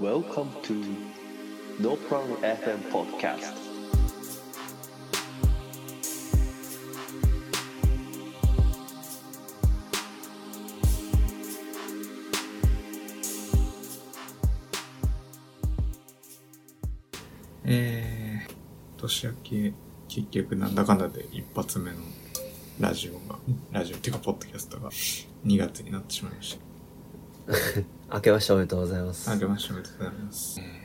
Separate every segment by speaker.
Speaker 1: Welcome to No Problem FM Podcast.
Speaker 2: えー、年明け、結局なんだかんだで一発目のラジオが、ラジオっていうか、ポッドキャストが2月になってしまいまし
Speaker 3: 明けましておめでとうございます。
Speaker 2: た。あけましておめでとうございます。えー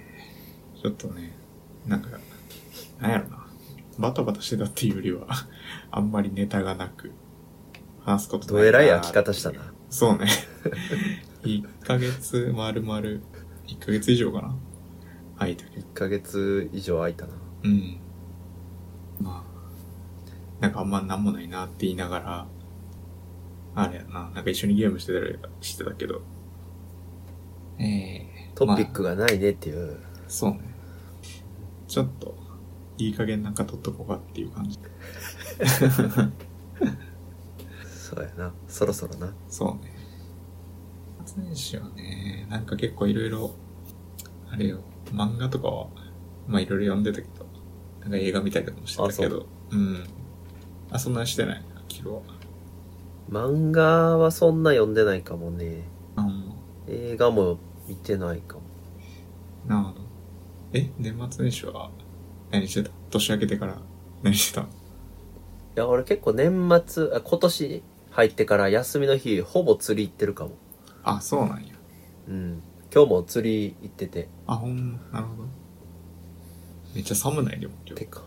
Speaker 2: ちょっとね、なんか、なんやろな。バタバタしてたっていうよりは、 あんまりネタがなく、話すこと
Speaker 3: どえらい飽き方した
Speaker 2: なーっていう
Speaker 3: な。
Speaker 2: そうね。1ヶ月、まるまる、1ヶ月以上かな。空いたけど。
Speaker 3: 1ヶ月以上空いたな。
Speaker 2: うん。まあ、なんかあんまなんもないなって言いながら、あれやな、なんか一緒にゲームしてたりしてたけど。ええ
Speaker 3: トピックがないねっていう。
Speaker 2: そうね。ちょっと、いい加減なんか取っとこうかっていう感じ。
Speaker 3: そうやな。そろそろな。
Speaker 2: そうね。年始はね、なんか結構いろいろ、あれよ、漫画とかは、まあいろいろ読んでたけど、なんか映画見たりとかもしてたけど、うん。あ、そんなにしてない、昨日は。
Speaker 3: 漫画はそんな読んでないかもね。
Speaker 2: あの
Speaker 3: 映画も見てないかも。
Speaker 2: なるほど。え、年末年始は何してた年明けてから何してた
Speaker 3: いや、俺結構年末、あ今年入ってから休みの日、ほぼ釣り行ってるかも。
Speaker 2: あ、そうなんや。
Speaker 3: うん。今日も釣り行ってて。
Speaker 2: あ、ほんま、なるほど。めっちゃ寒ないでも、今
Speaker 3: て
Speaker 2: 日。
Speaker 3: か。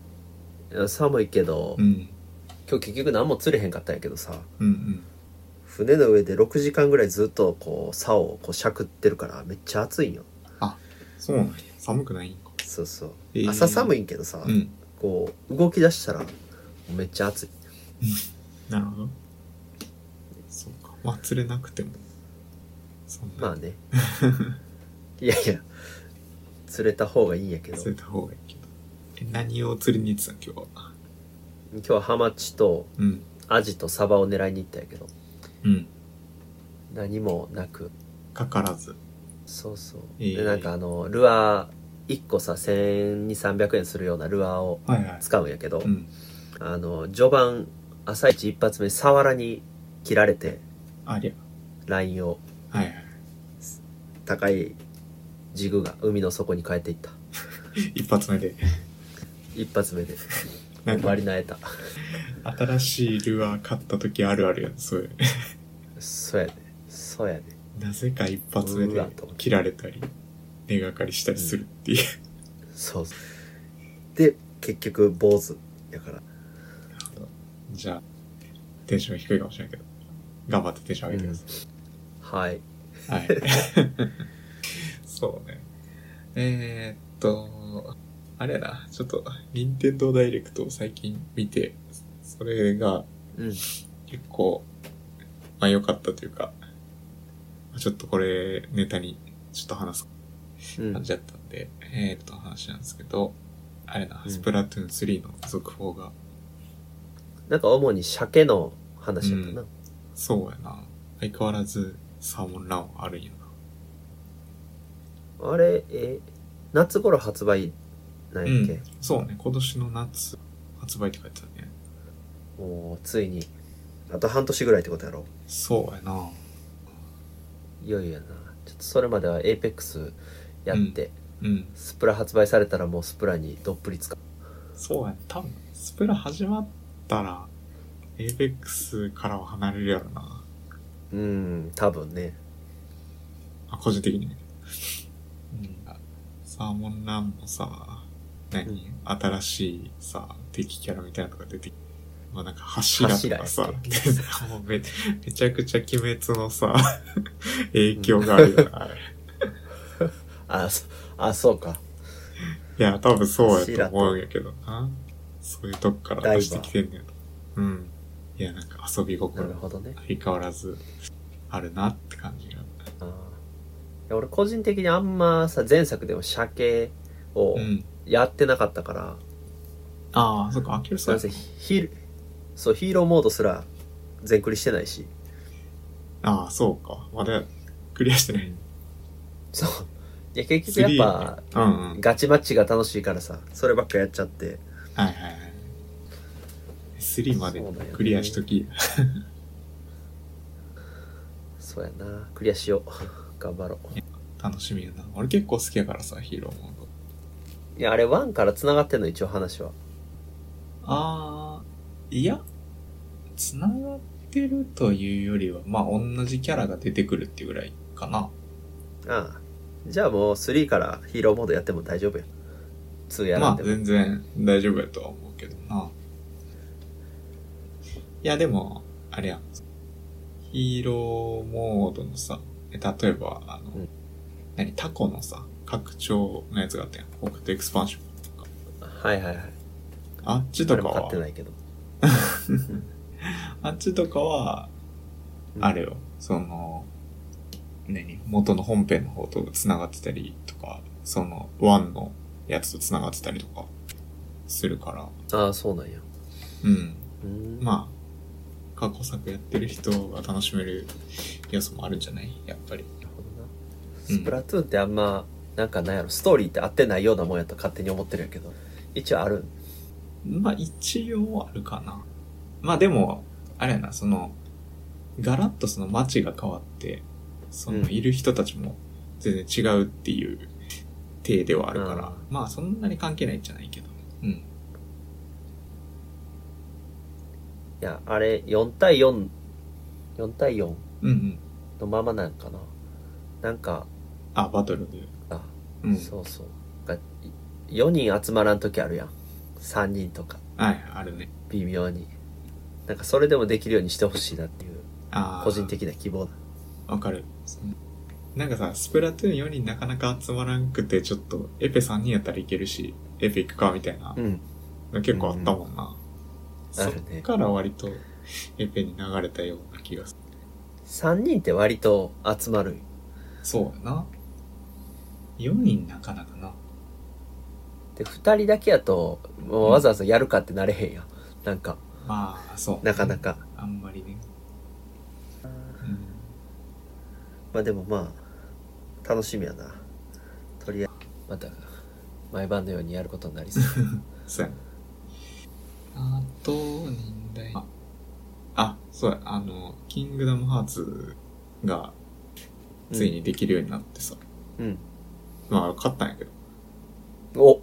Speaker 3: いや寒いけど、
Speaker 2: うん。
Speaker 3: 今日結局何も釣れへんかったんやけどさ、
Speaker 2: うんうん。
Speaker 3: 船の上で6時間ぐらいずっとこう、竿をこうしゃくってるから、めっちゃ暑いんよ。
Speaker 2: そうなんや。寒くないんか。
Speaker 3: そうそう。
Speaker 2: えー
Speaker 3: 朝寒いんけどさ、
Speaker 2: うん。
Speaker 3: こう動き出したらめっちゃ暑い
Speaker 2: なるほど。そうか。まあ、釣れなくても。そん
Speaker 3: まあ
Speaker 2: な、
Speaker 3: ねいやいや釣れた方がいいんやけど
Speaker 2: 釣れた方がいいけど。え、何を釣りに行ってたの今日は。
Speaker 3: 今日はハマチと
Speaker 2: うん。
Speaker 3: アジとサバを狙いに行ったんやけど
Speaker 2: うん。
Speaker 3: 何もなく
Speaker 2: かからず。
Speaker 3: そうそう、
Speaker 2: ええ
Speaker 3: でなんかあのルアー1個さ1200300円するようなルアーを
Speaker 2: はいはい。
Speaker 3: 使うんやけど、
Speaker 2: うん。
Speaker 3: あの序盤朝一一発目サワラに切られて
Speaker 2: ありゃ。
Speaker 3: ラインを
Speaker 2: はいはい。
Speaker 3: 高いジグが海の底に変えていった
Speaker 2: 一発目で。
Speaker 3: 一発目で
Speaker 2: なんか、
Speaker 3: 割りなえた
Speaker 2: 新しいルアー買った時あるあるやん、そういう。
Speaker 3: そうやねそうやね
Speaker 2: なぜか一発目
Speaker 3: う
Speaker 2: で
Speaker 3: わと
Speaker 2: 切られたり、根がかりしたりするっていう。
Speaker 3: そうそうで結局坊主やから
Speaker 2: じゃあ、テンション低いかもしれないけど、頑張ってテンション上げてくださ
Speaker 3: はい
Speaker 2: い。はい。 そうね。えー、っと、あれやな、ちょっと、任天堂ダイレクトを最近見て、それが
Speaker 3: うん
Speaker 2: 結構、まあ良かったというか、ちょっとこれネタにちょっと話す
Speaker 3: うん
Speaker 2: 感じだったんで、えーっと話なんですけど、あれな、
Speaker 3: うん
Speaker 2: スプラトゥーン3の続報が、
Speaker 3: なんか主に鮭の話やったな、
Speaker 2: そうやな。相変わらずサーモンランはあるんやな。
Speaker 3: あれえ夏頃発売なんやっけ、
Speaker 2: そうね、今年の夏発売って書いてたね。
Speaker 3: もうついにあと半年ぐらいってことやろ
Speaker 2: そうやな。
Speaker 3: いよいよやなちょっとそれまでは APEX やって、
Speaker 2: うん。
Speaker 3: スプラ発売されたらもうスプラにどっぷり使う
Speaker 2: そうやね。多分、スプラ始まったら、エイベックスからは離れるやろな。
Speaker 3: うん多分ね
Speaker 2: あ、個人的にね。うん。サーモンランもさ、何、
Speaker 3: うん
Speaker 2: 新しいさ、敵キャラみたいなのが出てきて、まあなんか柱とか
Speaker 3: 柱
Speaker 2: さ
Speaker 3: やっ、け
Speaker 2: でさもうめ めちゃくちゃ鬼滅のさ、 影響があるよ な。あれ
Speaker 3: あそあそうか
Speaker 2: いや、多分そうやと思うんやけどな。そういうとこから出してきてんねやと。うん。いや、なんか遊び
Speaker 3: な
Speaker 2: 心
Speaker 3: るほどね
Speaker 2: 相変わらずあるなって感じが。
Speaker 3: あーいや俺個人的にあんまさ前作でも鮭を
Speaker 2: うん。
Speaker 3: やってなかったから、
Speaker 2: ああ、そっか、アキルさ
Speaker 3: なん
Speaker 2: ん
Speaker 3: せ。ヒールそうヒーローモードすら全クリしてないし
Speaker 2: ああ、そうか。まだクリアしてない。
Speaker 3: そういや結局やっぱ、
Speaker 2: 3うんうん。
Speaker 3: ガチマッチが楽しいからさ、そればっかやっちゃって。
Speaker 2: はいはいはい。3まで
Speaker 3: そうだよね
Speaker 2: クリアしとき。
Speaker 3: そうやな。クリアしよう。 頑張ろ
Speaker 2: 楽しみやな。俺結構好きやからさ、ヒーローモード。
Speaker 3: う。いや、あれ1から繋がってんの、一応話は。
Speaker 2: あー、いや、繋がってるというよりは、まあ同じキャラが出てくるっていうぐらいかな。
Speaker 3: ああ。じゃあもう3からヒーローモードやっても大丈夫や。2やら
Speaker 2: ま
Speaker 3: ん
Speaker 2: あ
Speaker 3: でも。
Speaker 2: 全然大丈夫やとは思うけどな。いやでも、あれや、ヒーローモードのさ、え例えば、あの、
Speaker 3: うん
Speaker 2: 何、タコのさ、拡張のやつがあったやん。オクトエクスパンションとか。
Speaker 3: はいはいはい。
Speaker 2: あっちとか
Speaker 3: も買って
Speaker 2: は、
Speaker 3: ないけど。
Speaker 2: あっちとかは、あれよ、その、何、元の本編の方と繋がってたりとか、その、ワンのやつと繋がってたりとか、するから、
Speaker 3: ああ、そうなんや。
Speaker 2: うん。
Speaker 3: うん。
Speaker 2: まあ、過去作やってる人が楽しめる要素もあるんじゃないやっぱり。
Speaker 3: なるほどな
Speaker 2: うん
Speaker 3: スプラトゥーンってあんま、なんかなんやろ、ストーリーって合ってないようなもんやと勝手に思ってるんやけど。一応あるん。
Speaker 2: まあ、一応あるかな。まあでも、あれやな、その、ガラッとその街が変わって、そ
Speaker 3: うん
Speaker 2: の、いる人たちも全然違うっていう体ではあるから、まあそんなに関係ないんじゃないけど。うん。
Speaker 3: いや、あれ、4対4、4対4
Speaker 2: うんうん。
Speaker 3: のままなんかな。なんか、
Speaker 2: あ、バトルで。
Speaker 3: あ、
Speaker 2: うん。
Speaker 3: そうそう。が4人集まらん時あるやん。3人とか、
Speaker 2: はい、あるね。
Speaker 3: 微妙に。なんかそれでもできるようにしてほしいなっていう、
Speaker 2: あー
Speaker 3: 個人的な希望だ。
Speaker 2: わかる。なんかさ、スプラトゥーン4人なかなか集まらんくて、ちょっと、エペ3人やったらいけるし、エペ行くか、みたいな、
Speaker 3: うん。
Speaker 2: 結構あったもんな。
Speaker 3: うんあ
Speaker 2: そ
Speaker 3: るね
Speaker 2: っから割と、エペに流れたような気がする。
Speaker 3: 3人って割と集まるんよ。
Speaker 2: そうやな。4人なかなかな。
Speaker 3: で、2人だけやと、もうわざわざやるかってなれへんやん。なんか、
Speaker 2: まあ、そう。
Speaker 3: なかなか。
Speaker 2: あんまりね。うん
Speaker 3: まあでもまあ楽しみやなとりあえずまた毎晩のようにやることになりそう
Speaker 2: そうやねあと、年代。あ、あそうや、あの、キングダムハーツが、ついにできるようになってさ。
Speaker 3: うん
Speaker 2: まあ、勝ったんやけど。
Speaker 3: お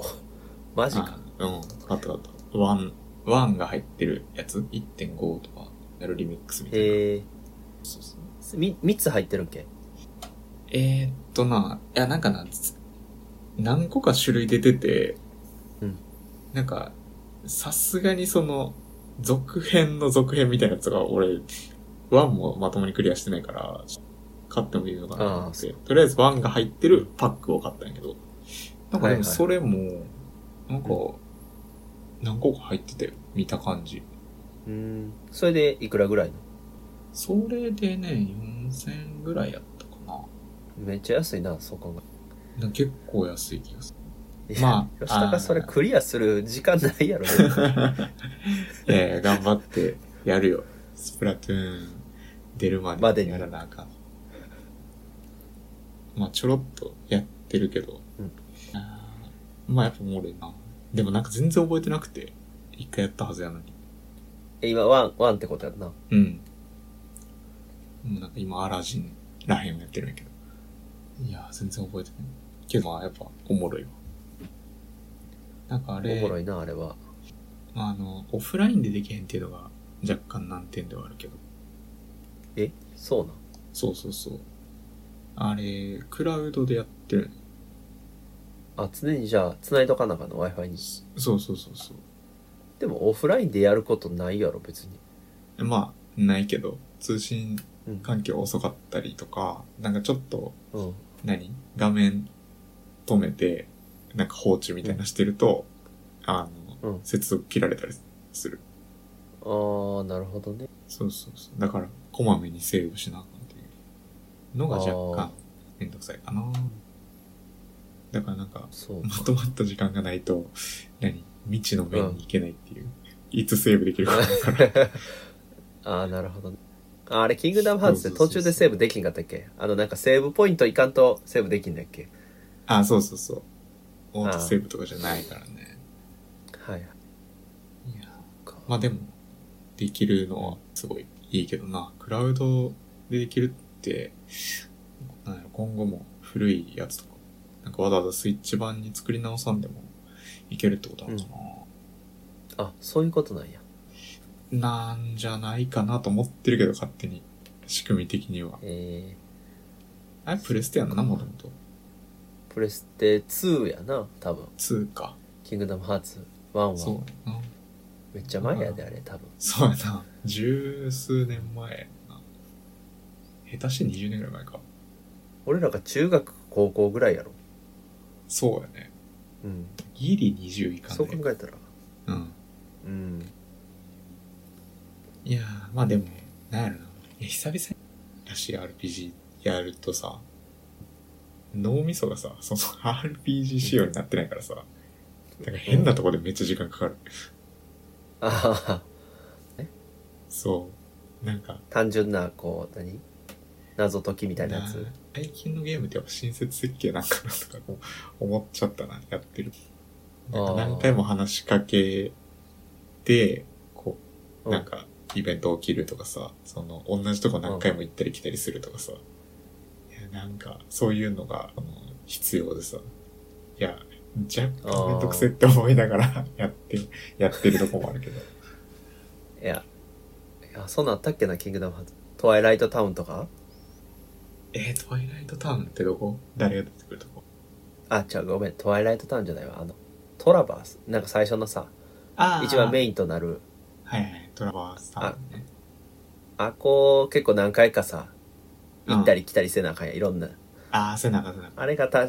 Speaker 3: マジか
Speaker 2: あうん、勝った勝った。ワン、ワンが入ってるやつ ?1.5 とか、やるリミックスみたいな。
Speaker 3: へえ
Speaker 2: そうそう
Speaker 3: み3つ入ってるんけ
Speaker 2: えー、っとな、いや、なんかな、つ何個か種類出てて、
Speaker 3: うん
Speaker 2: なんか、さすがにその、続編の続編みたいなやつが、俺、ワンもまともにクリアしてないから、買ってもいいのかなと思って、とりあえずワンが入ってるパックを買ったんやけど、なんか
Speaker 3: は
Speaker 2: で
Speaker 3: いはい
Speaker 2: もそれも、なんか、何個か入ってたよ、見た感じ。
Speaker 3: うんそれでいくらぐらいの
Speaker 2: それでね、4000ぐらいやったかな。
Speaker 3: めっちゃ安いなそう考
Speaker 2: なんか結構安い気がする。
Speaker 3: える
Speaker 2: まあ
Speaker 3: 吉高それクリアする時間ない やろ
Speaker 2: ええ頑張ってやるよ。スプラトゥーン出るま
Speaker 3: ま
Speaker 2: で
Speaker 3: で
Speaker 2: に
Speaker 3: に
Speaker 2: やらなあかん。まあ、ちょろっとやってるけど。
Speaker 3: うん
Speaker 2: あーまあ、やっぱおもろいな。でもなんか全然覚えてなくて、一回やったはずやのに。
Speaker 3: え今ワンワンってことやんな
Speaker 2: うん。もうなんか今、アラジンらへんをやってるんやけど。いやー、全然覚えてない。けど、まあやっぱおもろいわ。なんかあ
Speaker 3: お
Speaker 2: れ、
Speaker 3: もろいなあれは
Speaker 2: まあ、あの、オフラインでできへんっていうのが若干難点ではあるけど。
Speaker 3: えそうなん
Speaker 2: そうそうそう。あれ、クラウドでやってる。
Speaker 3: あ常にじゃあ繋いとかなあかんの w i f i に
Speaker 2: そうそうそうそ
Speaker 3: でもオフラインでやることないやろ別に
Speaker 2: う。まあ、ないけど、通信
Speaker 3: うん
Speaker 2: 環境遅かったりとか、なんかちょっと、
Speaker 3: うん
Speaker 2: 何画面止めて、なんか放置みたいなしてると、あの、
Speaker 3: うん
Speaker 2: 接続切られたりする。
Speaker 3: ああなるほどね
Speaker 2: そうそうそう。だから、こまめにセーブしなあかんっていうのが若
Speaker 3: あ
Speaker 2: 干めんどくさいかな。だからなんか、
Speaker 3: そう
Speaker 2: まとまった時間がないと、何未知の面に行けないっていう。いつセーブできるか分からん
Speaker 3: ああ、なるほどね。ああれ、キングダムハーツって途中でセーブできんかったっけあの、なんかセーブポイントいかんとセーブできんだっけ
Speaker 2: あ、そうそうそう。オートセーブとかじゃないからね。
Speaker 3: はいはい
Speaker 2: いや、まあでも、できるのはすごいいいけどな。クラウドでできるって、なんやろ今後も古いやつとか、なんかわざわざスイッチ版に作り直さんでもいけるってことなのか
Speaker 3: あそういうことなんや
Speaker 2: な、なんじゃないかなと思ってるけど、勝手に。仕組み的には。
Speaker 3: え
Speaker 2: あれ、プレステやんな、もともと。
Speaker 3: ー、プレステ2やな多分
Speaker 2: 2か。
Speaker 3: キングダムハーツ1は
Speaker 2: そうやな。
Speaker 3: めっちゃ前やであれ多分
Speaker 2: そうやな。十数年前やな。下手して20年ぐらい前か。
Speaker 3: 俺らが中学高校ぐらいやろ
Speaker 2: そうやね。
Speaker 3: うん
Speaker 2: ギリ20いか
Speaker 3: そ
Speaker 2: ん
Speaker 3: う考
Speaker 2: ね。
Speaker 3: えたら
Speaker 2: うん。
Speaker 3: うん
Speaker 2: いやー、まあでも、なんやろな。いや、久々にらしい RPG やるとさ、脳みそがさ、その RPG 仕様になってないからさ、なんか変なとこでめっちゃ時間かかる。
Speaker 3: あはは
Speaker 2: そう。なんか、
Speaker 3: 単純なこう何謎解きみたいなやつ
Speaker 2: な最近のゲームってやっぱ親切設計なんかなとか思っちゃったな、やってる。なんか
Speaker 3: あー
Speaker 2: 何回も話しかけて、こう、
Speaker 3: うん
Speaker 2: なんか、イベント起きるとかさ、その、同じとこ何回も行ったり来たりするとかさ、いや、なんか、そういうのが、あの必要でさ、いや、若干めんどくせえって思いながら やって、やってるとこもあるけ ど。
Speaker 3: いやいやそんなんあったっけなキングダムハーツトワイライトタウンとか
Speaker 2: えー、トワイライトタウンってどこ誰が出てくるとこ
Speaker 3: あ違うごめんトワイライトタウンじゃないわあのトラバースなんか最初のさ
Speaker 2: あ
Speaker 3: 一番メ
Speaker 2: イン。
Speaker 3: インとなる
Speaker 2: はいはい、トラバースタウンね。
Speaker 3: あこう結構何回かさ
Speaker 2: うん
Speaker 3: 行ったり来たりせなあかんやいろんな
Speaker 2: ああ、背中背中。
Speaker 3: あれがた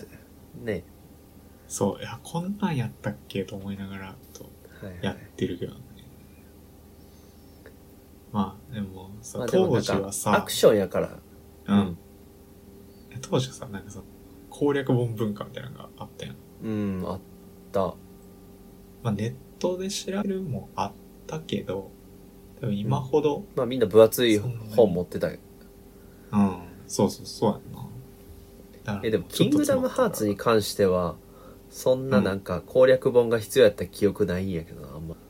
Speaker 3: ね
Speaker 2: そう、いや、こんなんやったっけと思いながら、と、
Speaker 3: はいはい
Speaker 2: やってるけどね。まあ、でもさ、
Speaker 3: まあでも
Speaker 2: 当
Speaker 3: なん
Speaker 2: 時
Speaker 3: か
Speaker 2: は
Speaker 3: ア
Speaker 2: さ
Speaker 3: ク、ションやから
Speaker 2: うん。当時はさ、なんかさ、攻略本文化みたいなのがあったやん。
Speaker 3: うんあった
Speaker 2: まあ、ネットで調べるもあったけど、多分今ほど、
Speaker 3: まあみんな分厚い
Speaker 2: そんなに
Speaker 3: 本持ってた
Speaker 2: うん、そうそう、そうやんな。だから
Speaker 3: えでも「キングダムハーツ」に
Speaker 2: ちょっと詰まったか
Speaker 3: 関してはそんななんか攻略本が必要やった記憶ないんやけどなあんま
Speaker 2: ら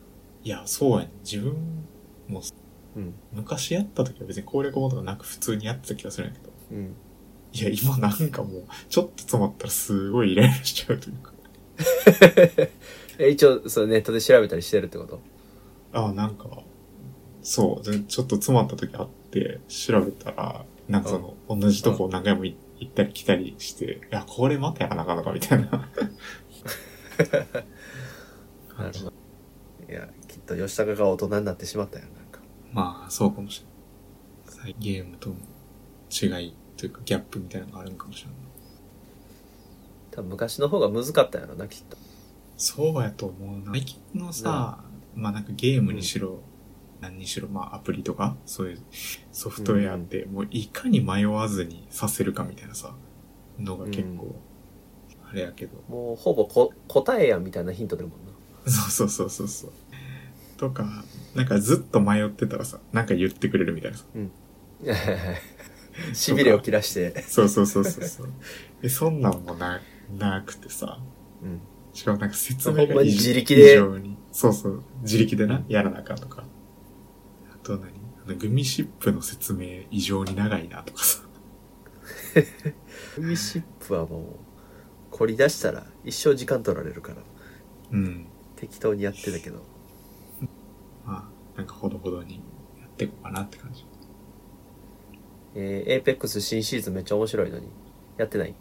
Speaker 2: いや、そうやね自分、
Speaker 3: うん
Speaker 2: 昔やった時は別に攻略本とかなく普通にやってた気がするんやけど。
Speaker 3: うん
Speaker 2: いや、今なんかもう、ちょっと詰まったらすごいイライラしちゃうというか。
Speaker 3: え一応そのネットで調べたりしてるってこと
Speaker 2: ああ、なんか、そう、でちょっと詰まった時あって、調べたら、なんかその、同じとこ何回もい行ったり来たりして、いや、これまたやらなかなかみたい な。感じ
Speaker 3: なるいやきっと吉高が大人になってしまったやんなんか
Speaker 2: まあ、そうかもしれない。ゲームとの違いというか、ギャップみたいなのがあるのかもしれない。
Speaker 3: 多分昔の方が難かったんやろなきっと
Speaker 2: そうやと思うな。最近のさ、まあなんかゲームにしろ、何にしろ、まあアプリとか、そういうソフトウェアって、もういかに迷わずにさせるかみたいなさ、のが結構、あれやけど。
Speaker 3: もうほぼこ答えやんみたいなヒントでもんな
Speaker 2: そうそうそうそうそう。とか、なんかずっと迷ってたらさ、なんか言ってくれるみたいなさ。
Speaker 3: しびれを切らして、
Speaker 2: そうそうそうそうそう。 え、そんなんもな、なくてさ。
Speaker 3: うん、
Speaker 2: しかもなんか説明
Speaker 3: ほん
Speaker 2: が
Speaker 3: まに
Speaker 2: 異
Speaker 3: 自
Speaker 2: 常
Speaker 3: 力で
Speaker 2: 異常に。そうそう。自力でな、やらなあかんとか。あと何あの、グミシップの説明異常に長いなとかさ。
Speaker 3: グミシップはもう凝り出したら一生時間取られるから
Speaker 2: うん。
Speaker 3: 適当にやってたけど
Speaker 2: まあ、なんかほどほどにやっていこうかなって感じ。
Speaker 3: えー、エーペックス新シーズンめっちゃ面白いのにやってない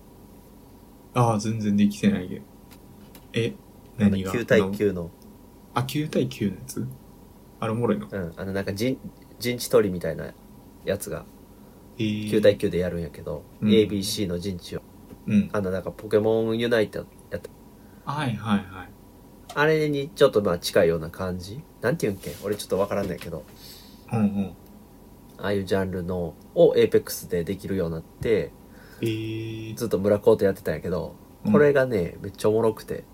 Speaker 2: ああ、全然できてないけど。え、何が
Speaker 3: あの9対
Speaker 2: あの
Speaker 3: 9の、
Speaker 2: あ、9対9のやつあれおもろいの
Speaker 3: うん、あのなんか陣陣地取りみたいなやつが
Speaker 2: えー
Speaker 3: 9対9でやるんやけど、
Speaker 2: うん
Speaker 3: ABC の陣地を
Speaker 2: うん。
Speaker 3: あのなんかポケモンユナイトやった
Speaker 2: はいはいはい。
Speaker 3: あれにちょっとまあ近いような感じなんていうんっけ俺ちょっとわからんないけど
Speaker 2: うんうん。
Speaker 3: ああいうジャンルのをエーペックスでできるようになって
Speaker 2: えー、
Speaker 3: ずっと村コートやってたんやけど
Speaker 2: うん
Speaker 3: これがね、めっちゃおもろくて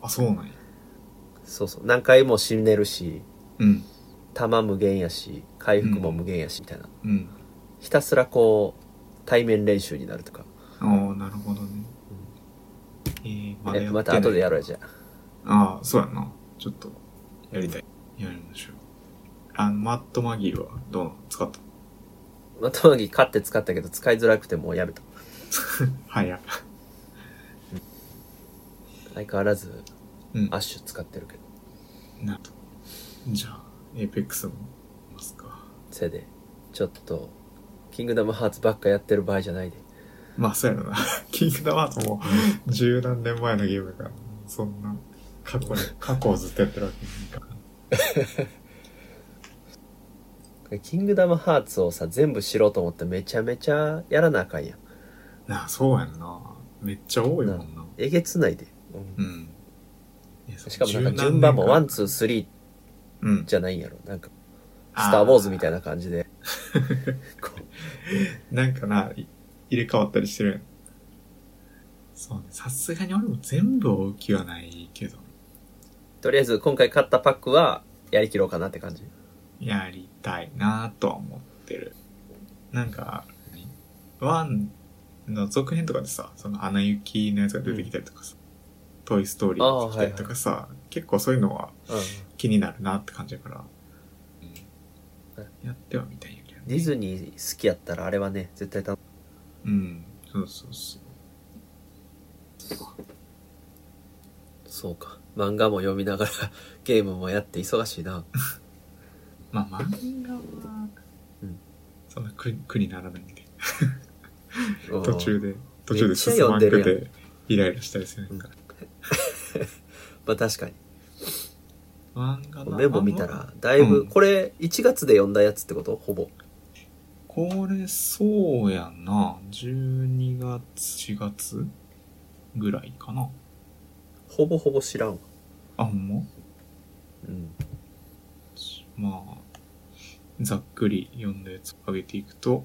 Speaker 2: あ、そうなんや。
Speaker 3: そうそう何回も死ねるし
Speaker 2: うん。
Speaker 3: 弾無限やし回復も無限やし、みたいな
Speaker 2: うん。
Speaker 3: ひたすらこう対面練習になるとか
Speaker 2: ああ、なるほどね。えー、まだ
Speaker 3: え
Speaker 2: やってない。
Speaker 3: また後でやろうやじゃあ
Speaker 2: ああ、そうやな。ちょっと、やりたい。やりましょう。あの、マットマギーはどうなの使った
Speaker 3: まとまぎ買って使ったけど使いづらくてもうやめた
Speaker 2: はい や。
Speaker 3: 相変わらず
Speaker 2: うん
Speaker 3: アッ。シュ使ってるけど
Speaker 2: なるほどじゃあ、エイペックスも、ますか。
Speaker 3: せいでちょっとキングダムハーツばっかやってる場合じゃないで
Speaker 2: まあ、そうやろな。 キングダムハーツも、十何年前のゲームだから、そんな、過 去に、過去をずっとやってるわけにいかん
Speaker 3: キングダムハーツをさ全部知ろうと思ってめちゃめちゃやらなあかんやん
Speaker 2: なあ、そうやんな。めっちゃ多いもんな。
Speaker 3: えげつないで、
Speaker 2: うん。いや
Speaker 3: しかもなんか順番もワン、ツースリー
Speaker 2: そううん。
Speaker 3: じゃないんやろなんか「
Speaker 2: あ
Speaker 3: スター・ウォーズ」みたいな感じでこう
Speaker 2: なんかな、い入れ替わったりしてるやんそうね、さすがに俺も全部追う気はないけど、
Speaker 3: とりあえず今回買ったパックはやりきろうかなって感じ
Speaker 2: やりたいなぁとは思ってる。なんか、ワンの続編とかでさ、そのアナ雪のやつが出てきたりとかさ、トイストーリーが出てきたりとかさ、結構そういうのは
Speaker 3: うん
Speaker 2: 気になるなって感じやから、
Speaker 3: はい
Speaker 2: やってはみたいんやけどね
Speaker 3: ディズニー好きやったらあれはね絶対楽
Speaker 2: うん、そうそうそう。
Speaker 3: そうか漫画も読みながら ゲームもやって忙しいな
Speaker 2: まあ漫画は、
Speaker 3: うん
Speaker 2: そんな苦苦にならないんで。
Speaker 3: うん
Speaker 2: 途中で、途中
Speaker 3: め
Speaker 2: で
Speaker 3: っちゃ
Speaker 2: 進まんく
Speaker 3: 読んでる
Speaker 2: て、イライラしたりするから。
Speaker 3: まあ確かに
Speaker 2: 漫画の
Speaker 3: メモ見た。らだいぶ、
Speaker 2: うん
Speaker 3: これ1月で読んだやつってことほぼ
Speaker 2: これ、そうやな。12月、4月ぐらいかな。
Speaker 3: ほぼほぼ知らんわ
Speaker 2: あ、ほんま
Speaker 3: うん
Speaker 2: まあ、ざっくり読んだやつを上げていくと、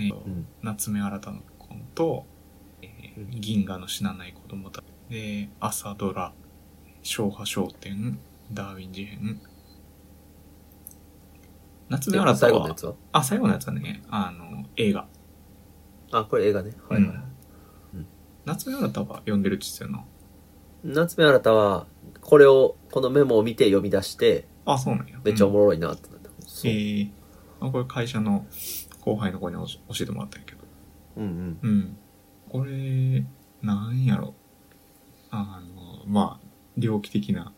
Speaker 2: えー
Speaker 3: うん
Speaker 2: 夏目新たの子と、えー
Speaker 3: うん
Speaker 2: 銀河の死なない子供たちで、朝ドラ、昭和商店、ダーウィン事変。夏目新
Speaker 3: 最
Speaker 2: た
Speaker 3: 後のや
Speaker 2: は、
Speaker 3: つは
Speaker 2: あ、最後のやつはね、あの、映画。
Speaker 3: あこれ映画ねはいはい、
Speaker 2: うん
Speaker 3: うん
Speaker 2: 夏目新たは読んでるっつってたよ
Speaker 3: 夏目新たはこれをこのメモを見て読み出して
Speaker 2: な。あ、そうなんや。
Speaker 3: めっちゃおも
Speaker 2: ろ
Speaker 3: ろいなってなった、そう
Speaker 2: えーあこれ会社の後輩の子に教教えてもらったんやけど。
Speaker 3: うんうん
Speaker 2: うん。これ、なんやろ。あの、まあ、猟奇的な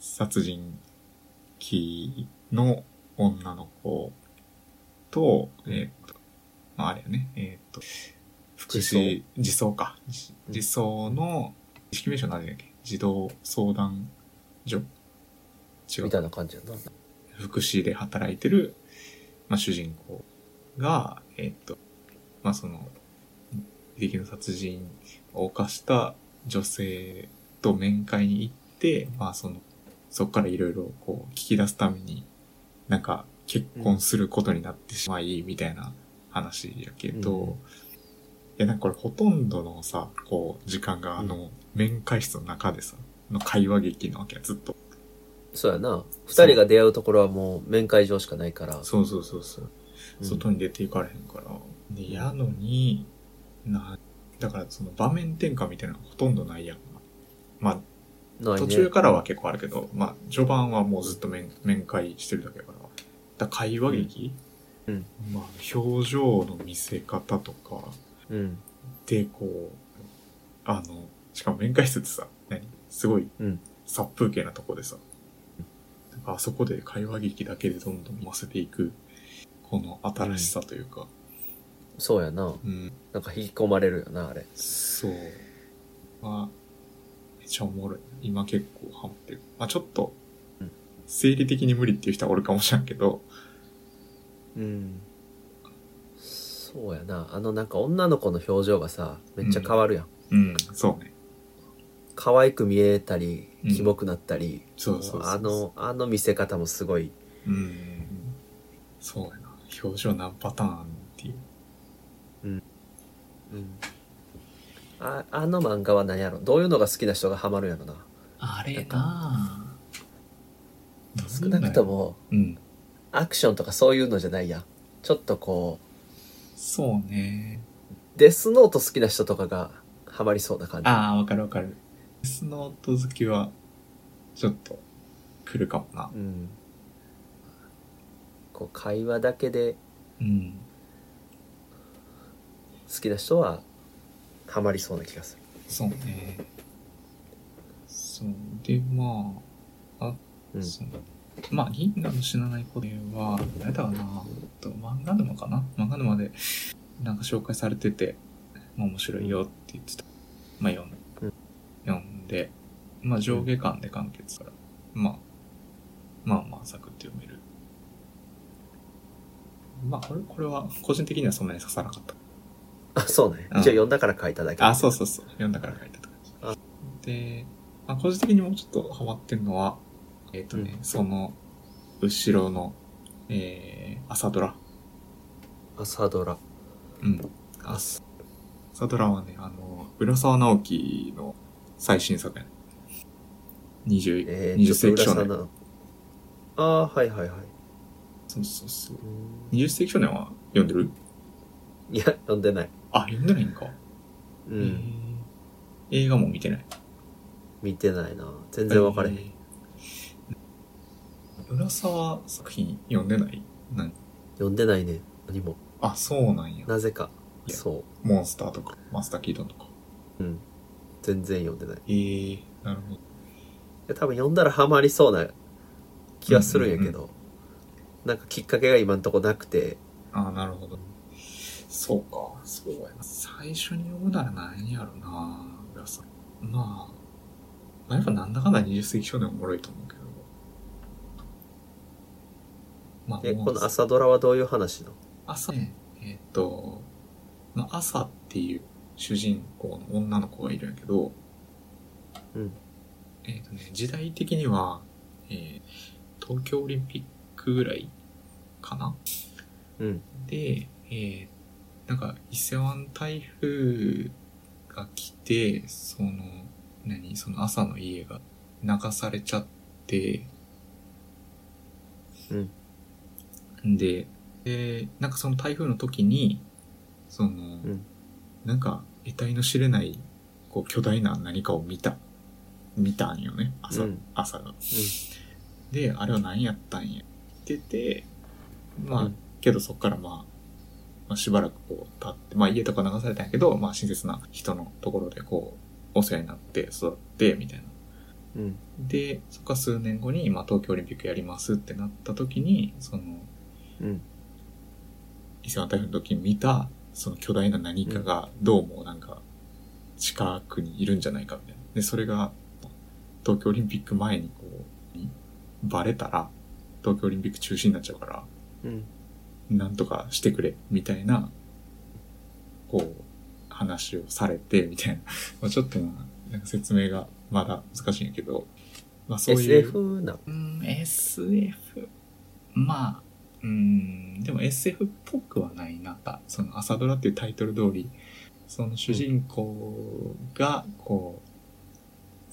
Speaker 2: 殺人鬼の女の子と、えっ、と、まあ、あれやね、えっ、と、福祉、児相か。児
Speaker 3: うん
Speaker 2: 児相の、意識名称なんだっけ児童相談所違う
Speaker 3: みたいな感じやな
Speaker 2: 福祉で働いてる、まあ、主人公が、えっと、まあ、その、悲劇の殺人を犯した女性と面会に行って、まあ、その、そこからいろいろこう聞き出すために、なんか結婚することになってしまい、みたいな話やけど、
Speaker 3: うん
Speaker 2: いや、なんかこれほとんどのさ、こう、時間があの、面会室の中でさ、の会話劇なわけや、ずっと。
Speaker 3: そうやな
Speaker 2: そう
Speaker 3: 2人が出会うところはもう面会場しかないから
Speaker 2: そうそうそうそう。
Speaker 3: うん
Speaker 2: 外に出ていかれへんから。で、やのに、な、だからその場面転換みたいなのがほとんどないやん。ま
Speaker 3: な
Speaker 2: あ、
Speaker 3: いね
Speaker 2: 途中からは結構あるけど、まあ、序盤はもうずっと面面会してるだけやから。だから会話劇、
Speaker 3: うん
Speaker 2: まあ、表情の見せ方とか、
Speaker 3: うん
Speaker 2: で、こう、あの、しかも面会室ってさ、何すごい
Speaker 3: うん、
Speaker 2: 殺風景なとこでさ、なんかあそこで会話劇だけでどんどん増せていく、この新しさというか、
Speaker 3: そうやな
Speaker 2: うん、
Speaker 3: なんか引き込まれるよなあれ
Speaker 2: そう。まあ、めっちゃおもろい。今結構ハマってる。まあちょっと
Speaker 3: うん、
Speaker 2: 生理的に無理っていう人はおるかもしれんけど、
Speaker 3: うんそうやなあのなんか女の子の表情がさめっちゃ変わるやん、
Speaker 2: うん、そうね。
Speaker 3: 可愛く見えたり
Speaker 2: うん
Speaker 3: キモくなったり、
Speaker 2: そうそうそうそう
Speaker 3: あのあの見せ方もすごい
Speaker 2: うん。そうやな。表情何パターンっていう。
Speaker 3: ああの漫画は何やろどういうのが好きな人がハマるんやろな
Speaker 2: あれ
Speaker 3: な
Speaker 2: ぁ
Speaker 3: 少なくと。も
Speaker 2: うん。
Speaker 3: アクションとかそういうのじゃないやんちょっとこ
Speaker 2: そうね。
Speaker 3: うデスノート好きな人とかがハマりそうな感じ
Speaker 2: ああ、わかるわかる。デスノート好きは、ちょっと、来るかもな
Speaker 3: う。んこう会話だけで
Speaker 2: うん。
Speaker 3: 好きな人はハマりそうな気がす
Speaker 2: そうね。そう。で、まあ、あ、
Speaker 3: る、うん、
Speaker 2: そう。まあ、銀河の死なない子では、あれだわな、えっと漫画沼かな漫画沼で、なんか紹介されてて、まあ面白いよって言ってた。まあ、読ん
Speaker 3: うん
Speaker 2: 読んで、まあ上下巻で完結から、まあ、まあまあ、サクッと読める。まあ、これ、これは、個人的にはそんなに刺さなかった。
Speaker 3: あそうね、
Speaker 2: うん
Speaker 3: 一応読んだから書いただけ
Speaker 2: あ、そううそうそう。読んだから書いたとか。で、まあ、個人的にもうちょっとハマってんのは、えっ、とね、その、後ろの、えー、朝ドラ。
Speaker 3: 朝ドラ
Speaker 2: うん。朝ドラはね、あの、浦沢直樹の最新作やね。20、
Speaker 3: えー、
Speaker 2: 20
Speaker 3: ちょ
Speaker 2: 世
Speaker 3: っと
Speaker 2: 紀
Speaker 3: 浦
Speaker 2: 少
Speaker 3: 沢
Speaker 2: 年。
Speaker 3: なあーはいはいはい
Speaker 2: そうそうそう。
Speaker 3: うん
Speaker 2: 20世紀少年は読んでる
Speaker 3: いや読んでない
Speaker 2: あ、読んでないんか。う
Speaker 3: う、
Speaker 2: ん映画も見てない。
Speaker 3: 見てないな全然分かれへん、
Speaker 2: うん浦沢作品読んでない何
Speaker 3: 読んでないね何も
Speaker 2: あ、そうなんや。
Speaker 3: なぜか
Speaker 2: いや
Speaker 3: そ
Speaker 2: モンスターとか、マスターキートンとか。
Speaker 3: ううん全然読んでないい
Speaker 2: へえなるほど。
Speaker 3: や多分読んだらハマりそうな気はするんやけど、なんかきっかけが今んとこなくて
Speaker 2: あなるほど。そうか、そうやな。最初に読むなら何やろな、浦沢。まあ、まあ、やっぱなんだかんだ20世紀少年おもろいと思うけど。まあ、
Speaker 3: え
Speaker 2: モン
Speaker 3: こ
Speaker 2: ス
Speaker 3: の朝ドラはどういう話なの
Speaker 2: 朝ね、えーっと、まあ、朝っていう主人公の女の子がいるんやけど、
Speaker 3: うん
Speaker 2: えーっとね、時代的には、えー東京オリンピックぐらいかな
Speaker 3: うん
Speaker 2: で、えーなんか伊勢湾台風が来て、その、何その朝の家が流されちゃって、うん。で、で、なんかその台風の時に、その、
Speaker 3: ん
Speaker 2: なんか得体の知れない、こう巨大な何かを見た、見たんよね、朝、
Speaker 3: うん
Speaker 2: 朝が。で、あれは何やったんや。言ってて、まあ、
Speaker 3: うん
Speaker 2: けどそっからまあ、まあ、しばらくこう、経って、まあ家とか流されたんやけど、まあ親切な人のところでこう、お世話になって育って、みたいな。
Speaker 3: うん
Speaker 2: で、そっから数年後に、まあ東京オリンピックやりますってなった時に、その、
Speaker 3: うん
Speaker 2: 伊勢湾台風の時に見た、その巨大な何かが、どうもなんか、近くにいるんじゃないかみたいな。で、それが、東京オリンピック前にこう、バレたら、東京オリンピック中止になっちゃうから、
Speaker 3: うん
Speaker 2: なんとかしてくれ、みたいな、こう、話をされて、みたいな。 まあちょっとな、なんか説明がまだ難しいんやけど、まあそういう。
Speaker 3: SF な
Speaker 2: うん、SF。まあ、うん、でも SF っぽくはないな。その朝ドラっていうタイトル通り、その主人公が、こう、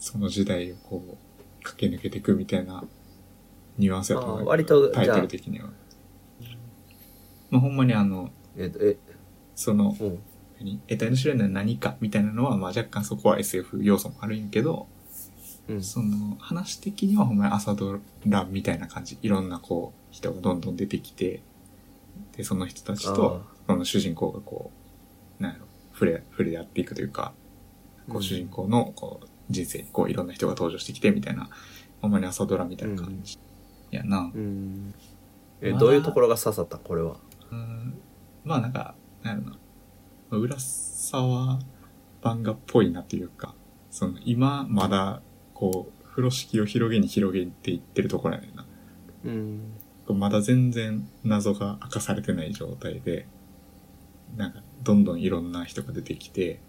Speaker 2: その時代をこう、駆け抜けていくみたいなニュアンスやと思う
Speaker 3: あー割と
Speaker 2: タイトル的には。まあほんまにあの、
Speaker 3: えっとえ
Speaker 2: その、
Speaker 3: うん
Speaker 2: 何得体の知れない何かみたいなのは、まあ若干そこは SF 要素もあるんやけど、
Speaker 3: うん
Speaker 2: その話的にはほんまに朝ドラみたいな感じいろんなこう人がどんどん出てきてでその人たちと
Speaker 3: あ
Speaker 2: その主人公がこうなんやろ触れ触れ合っていくというかこ
Speaker 3: うん
Speaker 2: う主人公のこう人生にこういろんな人が登場してきてみたいなほんまに朝ドラみたいな感じやな、
Speaker 3: うんえ
Speaker 2: まあ
Speaker 3: どういうところが刺さったこれは
Speaker 2: うんまあなんかなんやろなまあ浦沢漫画っぽいなというかその今まだこう風呂敷を広げに広げていってるところやねんな
Speaker 3: うん
Speaker 2: まだ全然謎が明かされてない状態で、なんか、どんどんいろんな人が出てきて、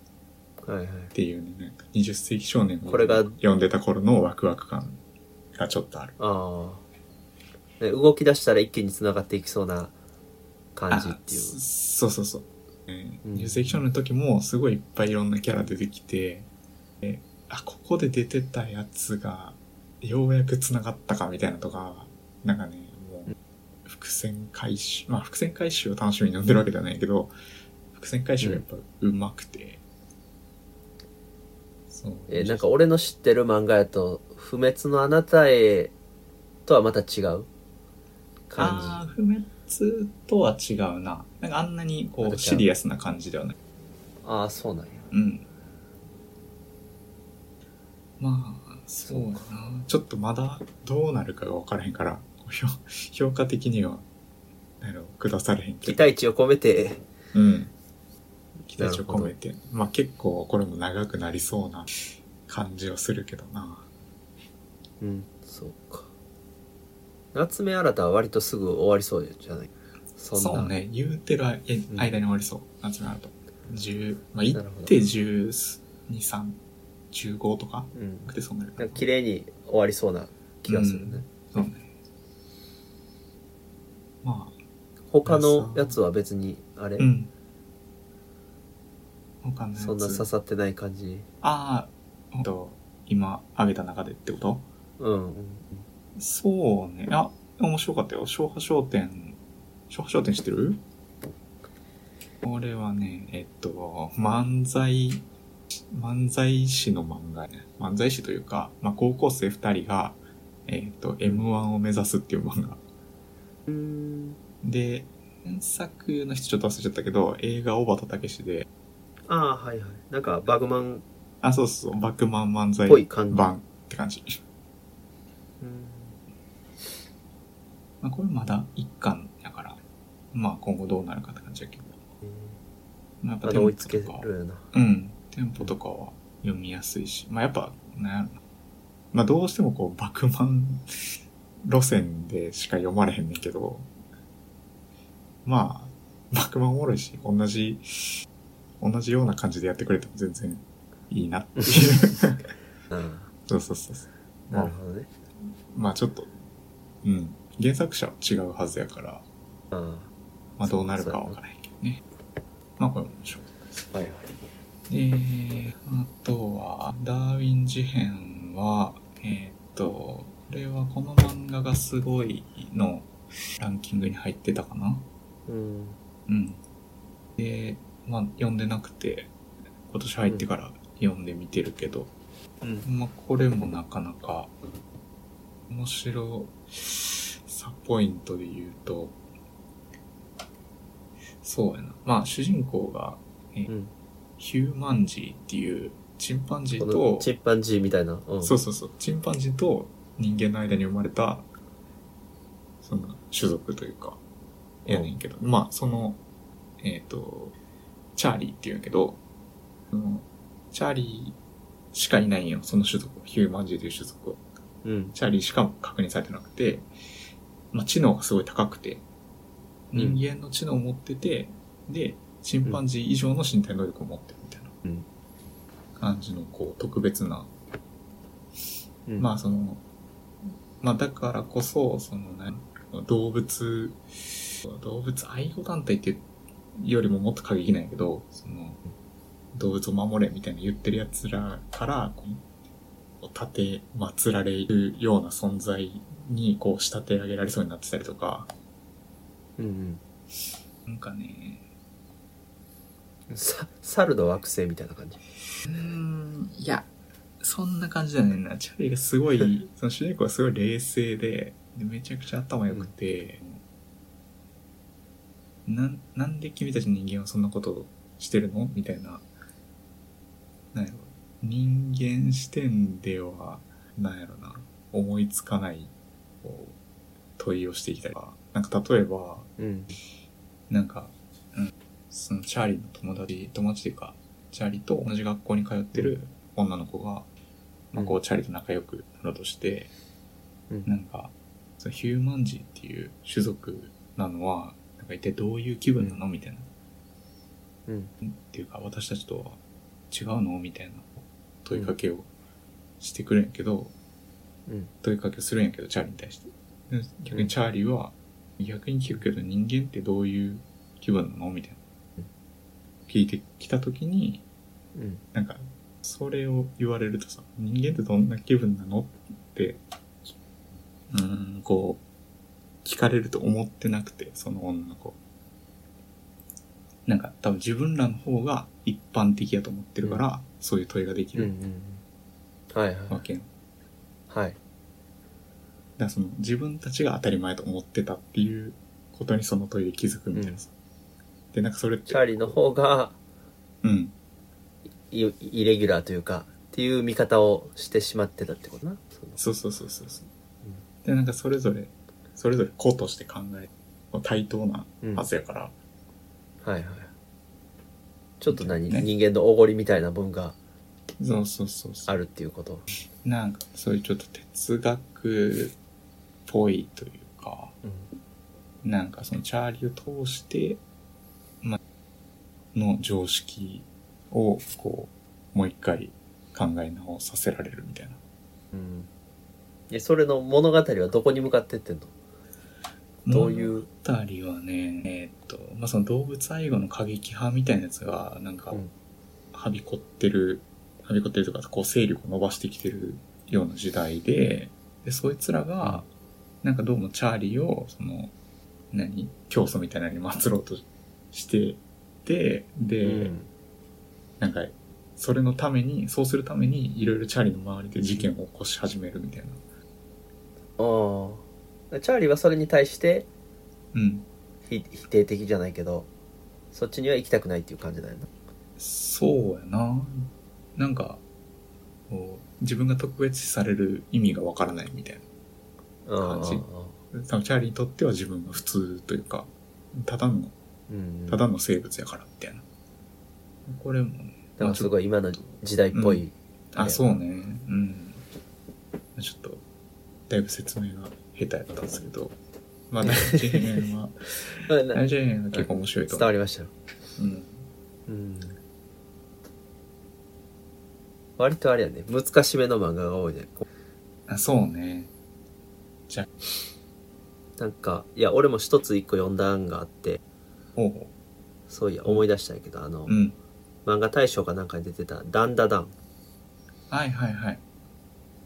Speaker 3: はいはい
Speaker 2: っていうね、なんか20世紀少年を
Speaker 3: これが
Speaker 2: 読んでた頃のワクワク感がちょっとある。
Speaker 3: ああ、ね、動き出したら一気に繋がっていきそうな感じってい
Speaker 2: あそ
Speaker 3: う
Speaker 2: そうそうそう。えー
Speaker 3: うん
Speaker 2: 20世紀少年の時もすごいいっぱいいろんなキャラ出てきて、えあ、ここで出てたやつが、ようやく繋がったかみたいなとか、なんかね、もう、伏線回収、まあ伏線回収を楽しみに読んでるわけじゃないけど、伏線回収がやっぱうまくて、そう。
Speaker 3: えーなんか俺の知ってる漫画やと「不滅のあなたへ」とはまた違う
Speaker 2: あ
Speaker 3: 感
Speaker 2: あ、不滅とは違うな。なんかあんなにこ
Speaker 3: また違
Speaker 2: う、
Speaker 3: う
Speaker 2: シリアスな感じではない。
Speaker 3: じああそうなんや
Speaker 2: うん。まあ、そうやな。ちょっとまだどうなるかが分からへんから、 こう評評価的には、なんやろ、下されへんけ
Speaker 3: 期
Speaker 2: ど。
Speaker 3: 待値を込めて
Speaker 2: うん。期待値を
Speaker 3: なるほど
Speaker 2: 込めて。まあ結構これも長くなりそうな感じはするけどな。
Speaker 3: うんそうか夏目新たは割とすぐ終わりそうじゃないそんな
Speaker 2: そうね。言うてる間
Speaker 3: ん
Speaker 2: 間に終わりそう。夏目あると。10、まあ
Speaker 3: な
Speaker 2: 行
Speaker 3: るほ
Speaker 2: っ
Speaker 3: ど
Speaker 2: て12、3、15とか
Speaker 3: うん
Speaker 2: なくてそんなに
Speaker 3: なんか綺麗に終わりそうな気がするね、
Speaker 2: うんそうね。まあ、
Speaker 3: 他のやつは別にあれ、
Speaker 2: うん。他のやつ。
Speaker 3: そんな刺さってない感じ
Speaker 2: ああ、ほんと、今、上げた中でってこと
Speaker 3: うんうん
Speaker 2: そうね。あ、面白かったよ。昭和商店。昭和商店知ってるこれはね、えっと、漫才、漫才師の漫画ね。漫才師というか、まあ、高校生二人が、えっと、M1 を目指すっていう漫画。
Speaker 3: うーん
Speaker 2: で、原作の人ちょっと忘れちゃったけど、映画小畑武史で、
Speaker 3: ああーはいはいなんかバグマン
Speaker 2: あ、そうそうそう、バックマン漫
Speaker 3: っ
Speaker 2: 才
Speaker 3: ぽい感じ、
Speaker 2: 版って感じ。
Speaker 3: うん
Speaker 2: まあ、これまだ一巻だから、まあ今後どうなるかって感じだけど。まあ、やっ
Speaker 3: ま
Speaker 2: ぱ店
Speaker 3: だ追
Speaker 2: 舗
Speaker 3: いつける
Speaker 2: とか、
Speaker 3: よな
Speaker 2: うん、テンポとかは読みやすいし、まあやっぱ、なんやろな。まあどうしてもこう、バクマン路線でしか読まれへんねんけど、まあ、バクマンおもろいし、同じ、同じような感じでやってくれても全然いいなっていう。
Speaker 3: うん
Speaker 2: そうそうそうそう。ま
Speaker 3: な
Speaker 2: あ
Speaker 3: る、ほどね
Speaker 2: まあちょっと、うん、原作者は違うはずやから、
Speaker 3: ああ
Speaker 2: まあどうなるかはわからへんけどね。まあこれも面白い。
Speaker 3: はいはい
Speaker 2: で、あとは、ダーウィン事変は、えーっと、これはこの漫画がすごいのランキングに入ってたかな
Speaker 3: うん
Speaker 2: うん。で、まあ読んでなくて、今年入ってから読んでみてるけど、
Speaker 3: うん
Speaker 2: まあこれもなかなか面白さポイントで言うと、そうやな。まあ主人公が、え
Speaker 3: うん
Speaker 2: ヒューマンジーっていうチンパンジ
Speaker 3: こ
Speaker 2: ー
Speaker 3: の
Speaker 2: と、
Speaker 3: チンパンジーみたいな、うん、
Speaker 2: そうそうそう、チンパンジーと人間の間に生まれた、その種族というか、
Speaker 3: うん
Speaker 2: やねんけど、まあその、えっ、と、チャーリーっていうんやけど、そのチャーリーしかいないんよ、その種族、ヒューマンジーという種族は。
Speaker 3: うん
Speaker 2: チャーリーしか確認されてなくて、まあ、知能がすごい高くて、
Speaker 3: うん
Speaker 2: 人間の知能を持ってて、で、チンパンジー以上の身体能力を持ってるみたいな
Speaker 3: うん
Speaker 2: 感じの、こう、特別な、
Speaker 3: うん
Speaker 2: まあ、その、まあ、だからこそ、そのね、動物、動物愛護団体っていうよりももっと過激なんやけど、その、動物を守れみたいな言ってる奴らから、こう立て祀られるような存在にこう仕立て上げられそうになってたりとか、
Speaker 3: うん
Speaker 2: なんかね、
Speaker 3: うんさ猿の惑星みたいな感じ
Speaker 2: うーん、いや、そんな感じじゃねえな。チャーリーがすごい、 その主人公がすごい冷静で、でめちゃくちゃ頭良くて、なん、なんで君たち人間はそんなことをしてるのみたいな、なんやろ、人間視点では、なんやろな、思いつかない、こう、問いをしていきたりとか、なんか例えば、
Speaker 3: うん
Speaker 2: なんか、うん、そのチャーリーの友達、友達っていうか、チャーリーと同じ学校に通ってる女の子が、まあ、こう、チャーリーと仲良くなろうとして、
Speaker 3: うん
Speaker 2: なんか、そのヒューマンジーっていう種族なのは、なんか一体どういう気分なのみたいな。
Speaker 3: うん
Speaker 2: っていうか、私たちとは違うのみたいな問いかけをしてくるんやけど、
Speaker 3: うん
Speaker 2: 問いかけをするんやけど、チャーリーに対して。で逆にチャーリーは、逆に聞くけど人間ってどういう気分なのみたいな
Speaker 3: うん。
Speaker 2: 聞いてきたときに、
Speaker 3: うん
Speaker 2: なんか、それを言われるとさ、人間ってどんな気分なのって、うーん、こう、聞かれると思ってなくて、その女の子。なんか、多分自分らの方が一般的やと思ってるから、そういう問いができ
Speaker 3: うんう
Speaker 2: る
Speaker 3: んはいはい
Speaker 2: わけよ、
Speaker 3: はい
Speaker 2: だからその自分たちが当たり前と思ってたっていうことにその問いで気づくみたいなさ、でなんかそれって
Speaker 3: チャーリーの方が
Speaker 2: うん
Speaker 3: イイレギュラーというかっていう見方をしてしまってたってことなその
Speaker 2: そうそうそうそうそうでなんかそれぞれそれぞれ個として考え対等なはずやから、
Speaker 3: はいはいちょっと何、
Speaker 2: ね
Speaker 3: 人間のおごりみたいな分が
Speaker 2: そうそうそうそう
Speaker 3: あるっていうこと
Speaker 2: なんかそういうちょっと哲学っぽいというか
Speaker 3: うん
Speaker 2: なんかそのチャーリーを通して、ま、の常識をこうもう一回考え直させられるみたいな
Speaker 3: うんでそれの物語はどこに向かってってんのどういう
Speaker 2: 物語はねえーっと、まあ、その動物愛護の過激派みたいなやつがなんか
Speaker 3: うん
Speaker 2: はびこってるはびこってるというかこう勢力を伸ばしてきてるような時代ででそいつらがなんかどうもチャーリーをその何教祖みたいなのに祀ろうとしててで、
Speaker 3: うん
Speaker 2: なんかそれのためにそうするためにいろいろチャーリーの周りで事件を起こし始めるみたいな。
Speaker 3: ああチャーリーはそれに対して
Speaker 2: うん
Speaker 3: ひ否定的じゃないけどそっちには行きたくないっていう感じだよな
Speaker 2: そうやな。なんか、こう自分が特別視される意味がわからないみたい感じ
Speaker 3: うん
Speaker 2: な。多分チャーリーにとっては自分が普通というか、ただの、
Speaker 3: うんうん
Speaker 2: ただの生物やからみたいな。これもね、
Speaker 3: なんかすごい今の時代っぽい、
Speaker 2: あ、そうね。うん。ちょっと、だいぶ説明が下手やったんですけど、 まあ、第一編は、
Speaker 3: うんな
Speaker 2: 第一編は結構面白いと
Speaker 3: 伝
Speaker 2: 思
Speaker 3: わ
Speaker 2: う。
Speaker 3: りましたよ、
Speaker 2: うん。
Speaker 3: うん、割とあれやね難しめの漫画が多いねこ
Speaker 2: あ、そうね。
Speaker 3: うなんかいや俺も一つ一個読んだ案があって
Speaker 2: ほうほ
Speaker 3: そういや思い出したんやけどあの、
Speaker 2: う。うん。
Speaker 3: 漫画大賞かなんかに出てた「ダンダダン
Speaker 2: はいはいはい。」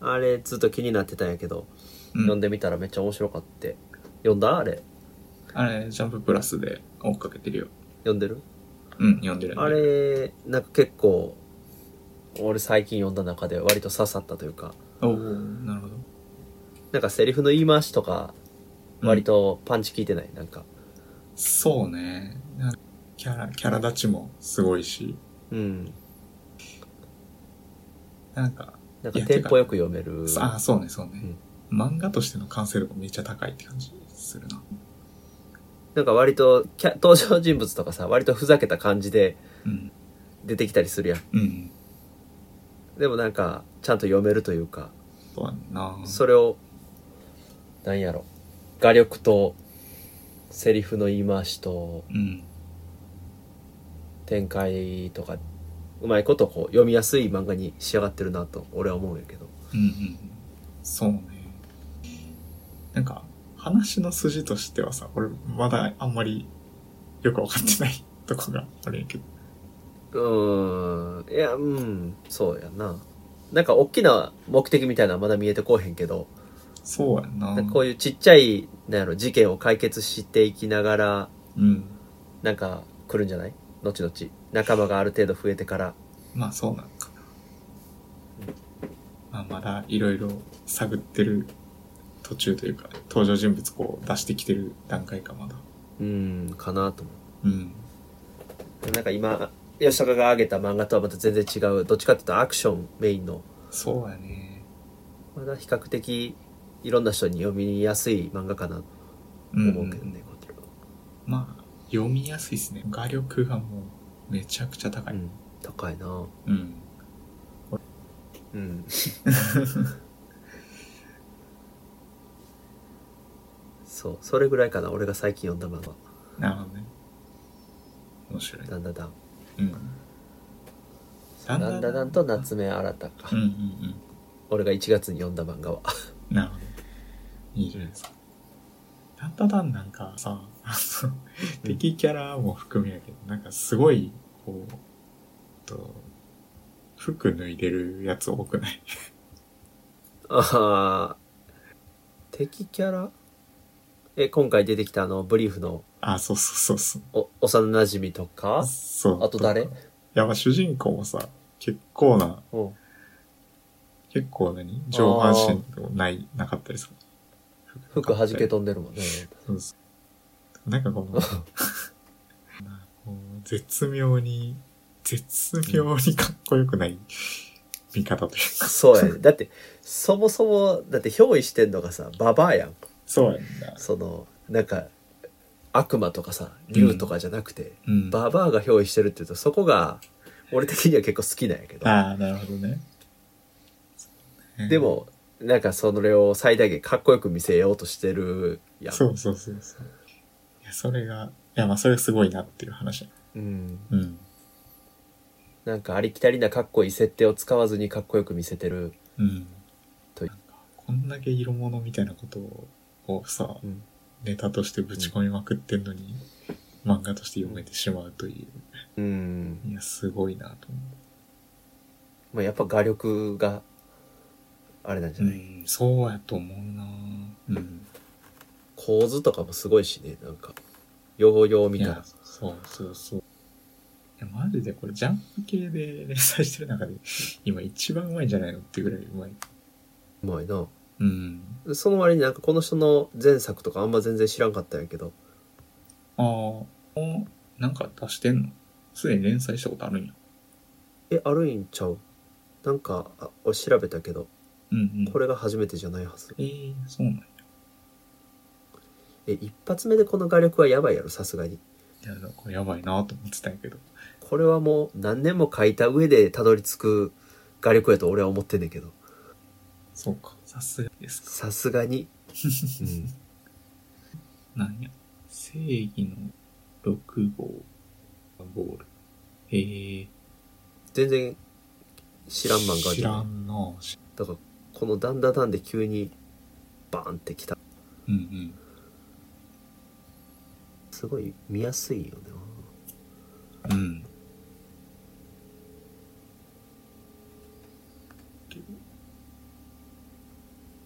Speaker 3: あれずっと気になってたんやけど、
Speaker 2: うん
Speaker 3: 読んでみたらめっちゃ面白かって読んだあれ
Speaker 2: あれ、ジャンププラスで追っかけてるよ。
Speaker 3: 読んでる
Speaker 2: うん、読んでる。
Speaker 3: あれなんか結構俺最近読んだ中で割と刺さったというか
Speaker 2: おおなるほど。
Speaker 3: なんかセリフの言い回しとか割とパンチ効いてない、なんか
Speaker 2: そうね。なんかキャラ、キャラ立ちもすごいし、
Speaker 3: うん
Speaker 2: なんか、
Speaker 3: なんか
Speaker 2: いや
Speaker 3: テンポよく読める
Speaker 2: ああ、そうね、そうね、漫画としての完成度がめっちゃ高いって感じするな。
Speaker 3: なんか割とキャ登場人物とかさ割とふざけた感じで
Speaker 2: うん。
Speaker 3: 出てきたりするやん
Speaker 2: うん。
Speaker 3: でもなんかちゃんと読めるというか
Speaker 2: そうやんな。
Speaker 3: それをなんやろ画力とセリフの言い回しと
Speaker 2: うん。
Speaker 3: 展開とかうまいことこう読みやすい漫画に仕上がってるなと俺は思うんやけど
Speaker 2: うんうん。そうね。なんか、話の筋としてはさ、俺、まだあんまりよくわかってないとこがあるんやけど。
Speaker 3: うーんいやうんそうやななんか大きな目的みたいなのはまだ見えてこうへんけど、
Speaker 2: そうやんな。
Speaker 3: なんかこういうちっちゃいなんやろ事件を解決していきながら
Speaker 2: うん。
Speaker 3: なんか来るんじゃない後々仲間がある程度増えてから
Speaker 2: まあそうなのかな。まあまだいろいろ探ってる途中というか、登場人物こう出してきてる段階かまだ。
Speaker 3: うんかなと思
Speaker 2: うん。
Speaker 3: うなんか今吉高が挙げた漫画とはまた全然違うどっちかっていうとアクションメインの
Speaker 2: そうやね。
Speaker 3: まだ比較的いろんな人に読みやすい漫画かなと
Speaker 2: うん、
Speaker 3: 思うけどね、こっちは
Speaker 2: まあ、読みやすいですね。画力がもうめちゃくちゃ高
Speaker 3: う
Speaker 2: い。
Speaker 3: ん、高いな
Speaker 2: うん。
Speaker 3: うん。そう、それぐらいかな、俺が最近読んだ漫
Speaker 2: なるほどね。面白い
Speaker 3: 画。。だんだんだん。
Speaker 2: うん。
Speaker 3: だ
Speaker 2: だ
Speaker 3: ん
Speaker 2: んだ
Speaker 3: だん
Speaker 2: ん
Speaker 3: だんと夏目新たか
Speaker 2: うん。うん
Speaker 3: 俺が1月に読んだ漫画は。
Speaker 2: うん。なるほど。いいじゃないですか。だんだんだんなんかさ、あの敵キャラも含めやけど、なんかすごい、こう、と、服脱いでるやつ多くない
Speaker 3: ああ。敵キャラえ、今回出てきたあの、ブリーフの
Speaker 2: あ、そうそうそうそう。
Speaker 3: お幼馴染とか
Speaker 2: そう。
Speaker 3: あと誰
Speaker 2: いやっぱ主人公もさ、結構な、
Speaker 3: おう
Speaker 2: 結構何上半身もない、なかったりする。
Speaker 3: 服弾け
Speaker 2: と
Speaker 3: 飛んでるもんね。
Speaker 2: そうそうなんかこの、 こう絶妙に、絶妙にかっこよくない見方というか。
Speaker 3: そうやね。だって、そもそも、だって憑依してんのがさ、ババアやん。
Speaker 2: そうやんな。
Speaker 3: その、なんか、悪魔とかさ、竜とかじゃなくて、
Speaker 2: うん。
Speaker 3: ババアが憑依してるって言うと、そこが、俺的には結構好きなんやけど。
Speaker 2: ああ、なるほどね。
Speaker 3: で、も、なんかそれを最大限かっこよく見せようとしてるやん。
Speaker 2: そうそうそうそう。いや、それが、いや、まあ、それがすごいなっていう話。
Speaker 3: うん。
Speaker 2: うん。
Speaker 3: なんかありきたりなかっこいい設定を使わずにかっこよく見せてる。
Speaker 2: うん。
Speaker 3: と
Speaker 2: なんかこんだけ色物みたいなことをさ、
Speaker 3: うん
Speaker 2: ネタとしてぶち込みまくってんのに、漫画として読めてしまうとい
Speaker 3: うん。
Speaker 2: う。いや、すごいなと思
Speaker 3: まあ、やっぱ画力が、あれなんじ
Speaker 2: う。
Speaker 3: ゃ
Speaker 2: う
Speaker 3: ない、
Speaker 2: ん、そうやと思うなうん。
Speaker 3: 構図とかもすごいしね、なんか。ようよう
Speaker 2: い
Speaker 3: 見た
Speaker 2: や
Speaker 3: ら。、
Speaker 2: そうそうそう。いや、マジでこれジャンプ系で連載してる中で、今一番うまいんじゃないのってぐらいうまい。
Speaker 3: うまいな。
Speaker 2: うん。
Speaker 3: その割になんかこの人の前作とかあんま全然知らんかったんやけど。
Speaker 2: ああ、もうなんか出してんのすでに連載したことあるんや。
Speaker 3: え、あるんちゃうなんか、あ俺調べたけど、
Speaker 2: うんうん。
Speaker 3: これが初めてじゃないはず。
Speaker 2: えー、そうなんや。
Speaker 3: え、一発目でこの画力はやばいやろ、さすがに。
Speaker 2: いや、これやばいなと思ってたんやけど。
Speaker 3: これはもう何年も書いた上でたどり着く画力やと俺は思ってんねんけど。
Speaker 2: そうか。さすがですか。
Speaker 3: さすが に。うん
Speaker 2: なんや。正義の6号ボール。えー、
Speaker 3: 全然知らん漫画
Speaker 2: 知
Speaker 3: じゃな
Speaker 2: ら
Speaker 3: い
Speaker 2: んなぁ。
Speaker 3: だからこの「ダンダダン」で急にバーンってきた
Speaker 2: うんうん。
Speaker 3: すごい見やすいよね
Speaker 2: うん。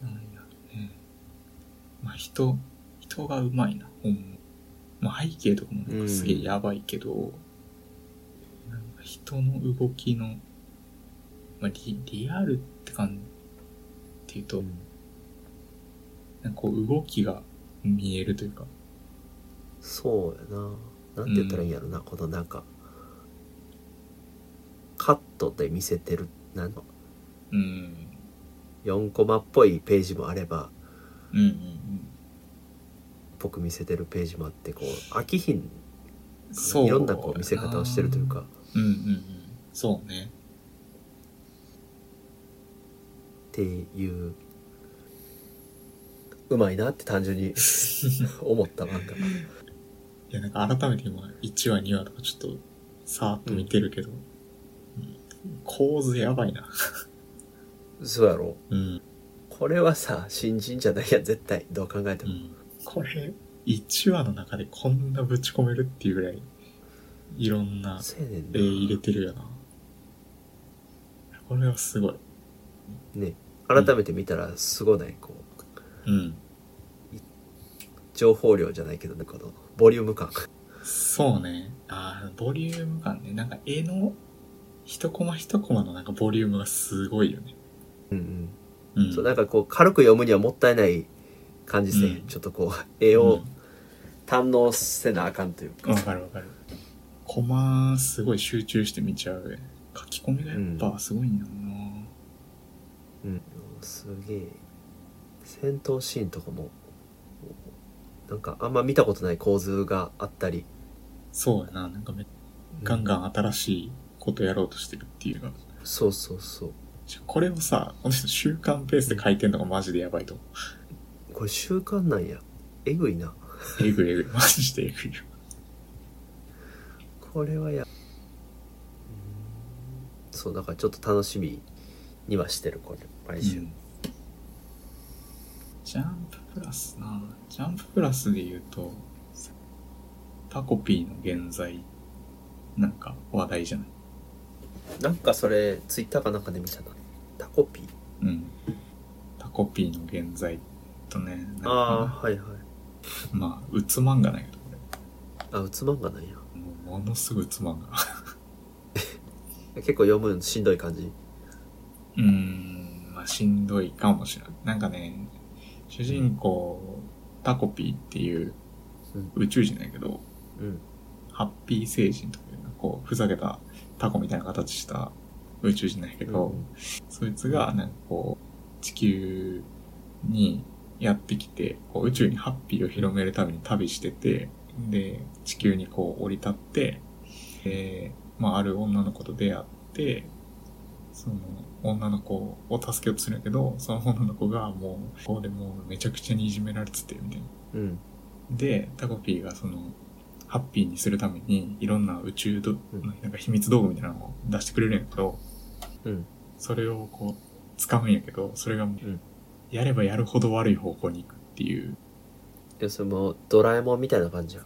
Speaker 2: なんやろね。まあ人、人がうまいな、ほんま。まあ背景とかもなんかすげえやばいけど、なんか人の動きの、まあリリアルって感じっていうと、なんかこう動きが見えるというか、
Speaker 3: そうやななんて言ったらいいんやろな、このなんかカットで見せてるなんか
Speaker 2: うん、
Speaker 3: 4コマっぽいページもあれば
Speaker 2: うんうんうん。
Speaker 3: 僕見せてるページもあってこう飽きひん
Speaker 2: そう。
Speaker 3: いろんなこう見せ方をしてるというか。
Speaker 2: うんうんうん。そうね。
Speaker 3: っていううまいなって単純に思った漫画
Speaker 2: いや、なんか改めて今、1話、2話とかちょっと、さーっと見てるけど、うん構図やばいな。
Speaker 3: そうやろ
Speaker 2: うん。
Speaker 3: これはさ新人じゃないやん絶対どう考えても、
Speaker 2: これ、1話の中でこんなぶち込めるっていうぐらい、いろんな
Speaker 3: せやねんな
Speaker 2: 絵入れてるよな。これはすごい。
Speaker 3: ね改めて見たらすごないこう
Speaker 2: うん。
Speaker 3: 情報量じゃないけどねこのボリューム感
Speaker 2: そうね。あーボリューム感ね。なんか絵の、一コマ一コマのなんかボリュームがすごいよね。
Speaker 3: うん、
Speaker 2: う。
Speaker 3: うんん、そうなんかこう軽く読むにはもったいない感じせえへん、
Speaker 2: うん
Speaker 3: ちょっとこう絵
Speaker 2: う
Speaker 3: を
Speaker 2: ん
Speaker 3: 堪能せなあかんというか、
Speaker 2: わかるわかる。コマ、すごい集中して見ちゃう。書き込みがやっぱすごいんだろうな、
Speaker 3: うん、すげえ戦闘シーンとかもなんかあんま見たことない構図があったり
Speaker 2: そうやな。なんかめ、ガンガン新しいことやろうとしてるっていうか。
Speaker 3: そうそうそう
Speaker 2: これをさ、この人週刊ペースで書いてんのがマジでやばいと思
Speaker 3: これ習慣なんやえぐいな
Speaker 2: う。えぐいえぐい。 マジでえぐいよ。
Speaker 3: これはやそうだからちょっと楽しみにはしてるこれ毎週、
Speaker 2: ジャンププラスなジャンププラスで言うと、タコピーの現在、なんか話題じゃない
Speaker 3: なんかそれツイッターかなんかで見たなタコピー
Speaker 2: うん。タコピーの現在とね、なんか
Speaker 3: ああはいはい
Speaker 2: まあ、うつ漫画だけど、こ
Speaker 3: あうつ漫画なんや
Speaker 2: れ。もうものすごいうつ漫画。
Speaker 3: 結構読むのしんどい感じ
Speaker 2: うーん、まあ、しんどいかもしれない。なんかね、主人公、タコピーっていう
Speaker 3: うん
Speaker 2: 宇宙人なんやけど、
Speaker 3: うん
Speaker 2: ハッピー星人とかいう、こう、ふざけたタコみたいな形した宇宙人なんやけど、
Speaker 3: うん
Speaker 2: そいつが、なんかこう、地球にやってきて、こう宇宙にハッピーを広めるために旅してて、で、地球にこう降り立って、で、まあ、ある女の子と出会って、その女の子を助けようとするんやけど、その女の子がもう、こうでもうめちゃくちゃにいじめられてて、みたいな。
Speaker 3: うん
Speaker 2: で、タコピーがその、ハッピーにするために、いろんな宇宙ど、なんか秘密道具みたいなのを出してくれるんやけど、
Speaker 3: うん
Speaker 2: それをこう、掴むんやけど、それがもう、
Speaker 3: うん
Speaker 2: やればやるほど悪い方向に行くっていう、
Speaker 3: 要するにもうドラえもんみたいな感じや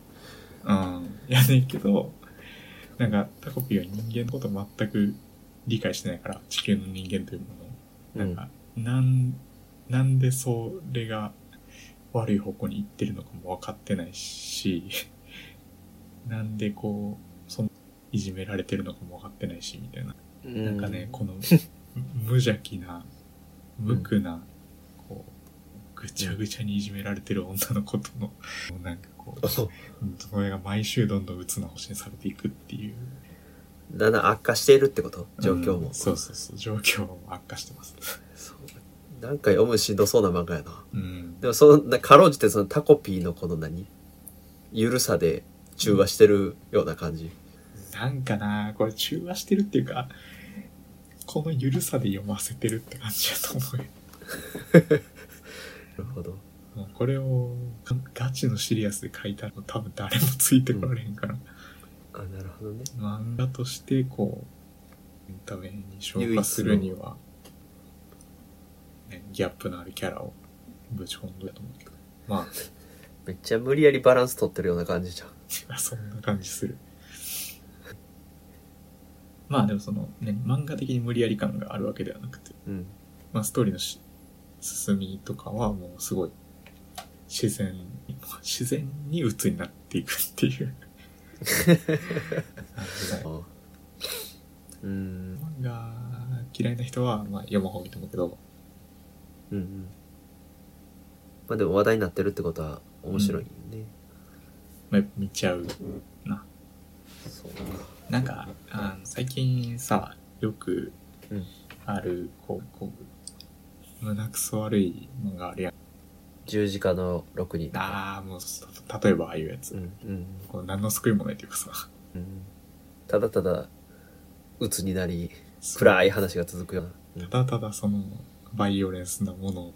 Speaker 2: うん、やねんけど、なんか、タコピーは人間のこと全く理解してないから、地球の人間というもの
Speaker 3: う
Speaker 2: を。なん
Speaker 3: ん
Speaker 2: か、なん、なんでそれが悪い方向に行ってるのかも分かってないし、 なんでこう、その、いじめられてるのかも分かってないし、みたいな。なんかね、この無邪気な、無垢な、こう、ぐちゃぐちゃにいじめられてる女の子との、なんかこう、
Speaker 3: そ
Speaker 2: それが毎週どんどん鬱な星にされていくっていう。
Speaker 3: うだんだん悪化しているってこと状況も、
Speaker 2: うんそうそうそう、状況も悪化してます。
Speaker 3: そうなんか読むのしんどそうな漫画やな
Speaker 2: うん。
Speaker 3: でもそのなかろうじてそのタコピーのこの何ゆるさで中和してるような感じ、
Speaker 2: なんかな、これ中和してるっていうか、この緩さで読ませてるって感じだと思うよ
Speaker 3: なるほど
Speaker 2: もう これをガガチのシリアスで書いたら多分誰もついてこられへんから。
Speaker 3: あなるほどね
Speaker 2: 漫画としてこうエンタメに消化するには、ね、ギャップのあるキャラをぶち込んだと思うけどま
Speaker 3: めっちゃ無理やりバランス取ってるような感じじゃ ん
Speaker 2: あそんな感じするまあでもその、ね、漫画的に無理やり感があるわけではなくて、
Speaker 3: うん
Speaker 2: まあ、ストーリーのし進みとかはもうすごい自然に 自然に鬱になっていくっていう感じだよ
Speaker 3: あうん
Speaker 2: 漫画嫌いな人は、まあ、読む方がいいと思うけど、
Speaker 3: うんうんまあでも話題になってるってことは面白いよね、
Speaker 2: まあ、見ちゃうな。
Speaker 3: そう
Speaker 2: なんか、あの最近さ、よく
Speaker 3: うん
Speaker 2: ある、こう、こう、胸くそ悪いのがあるやん。
Speaker 3: 十字架の6人
Speaker 2: あーもう、た例えばああいうやつ。
Speaker 3: うんうん
Speaker 2: こう何の救いもないというかさ、
Speaker 3: うんただただ鬱になり
Speaker 2: そう
Speaker 3: 暗い話が続くような、
Speaker 2: ただただその、バイオレンスなものを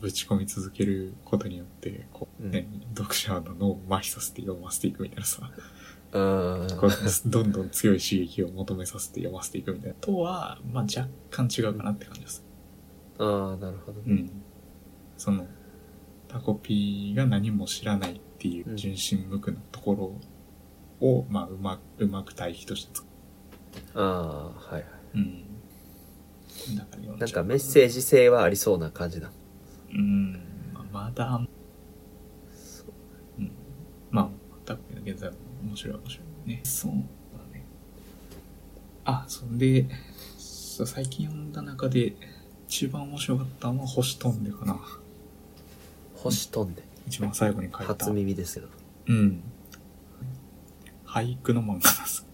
Speaker 2: ぶち込み続けることによって、こうね、読者の脳を麻痺させて読ませていくみたいなさ。
Speaker 3: うん、あ
Speaker 2: こ
Speaker 3: ー
Speaker 2: うどんどん強い刺激を求めさせて読ませていくみたいなとは、まあ、若干違うかなって感じです。
Speaker 3: あーなるほどね、
Speaker 2: ん。その、タコピーが何も知らないっていううん純真無垢なところを、まあ、うまく、うまく対比として作
Speaker 3: ああはい
Speaker 2: る。
Speaker 3: は
Speaker 2: うん。だから読
Speaker 3: い
Speaker 2: ん
Speaker 3: なん
Speaker 2: じゃ
Speaker 3: か
Speaker 2: う
Speaker 3: メッセージ性はありそうな感じだ
Speaker 2: うん。まあまだ、うん。まあ、タコピーの現在も面白い面白いね。そうだね。あ、そんで、そう最近読んだ中で、一番面白かったのは星飛んでかな。
Speaker 3: 星飛んで
Speaker 2: 一番最後に書いた。
Speaker 3: 初耳ですけど
Speaker 2: うん。俳句の漫画なんです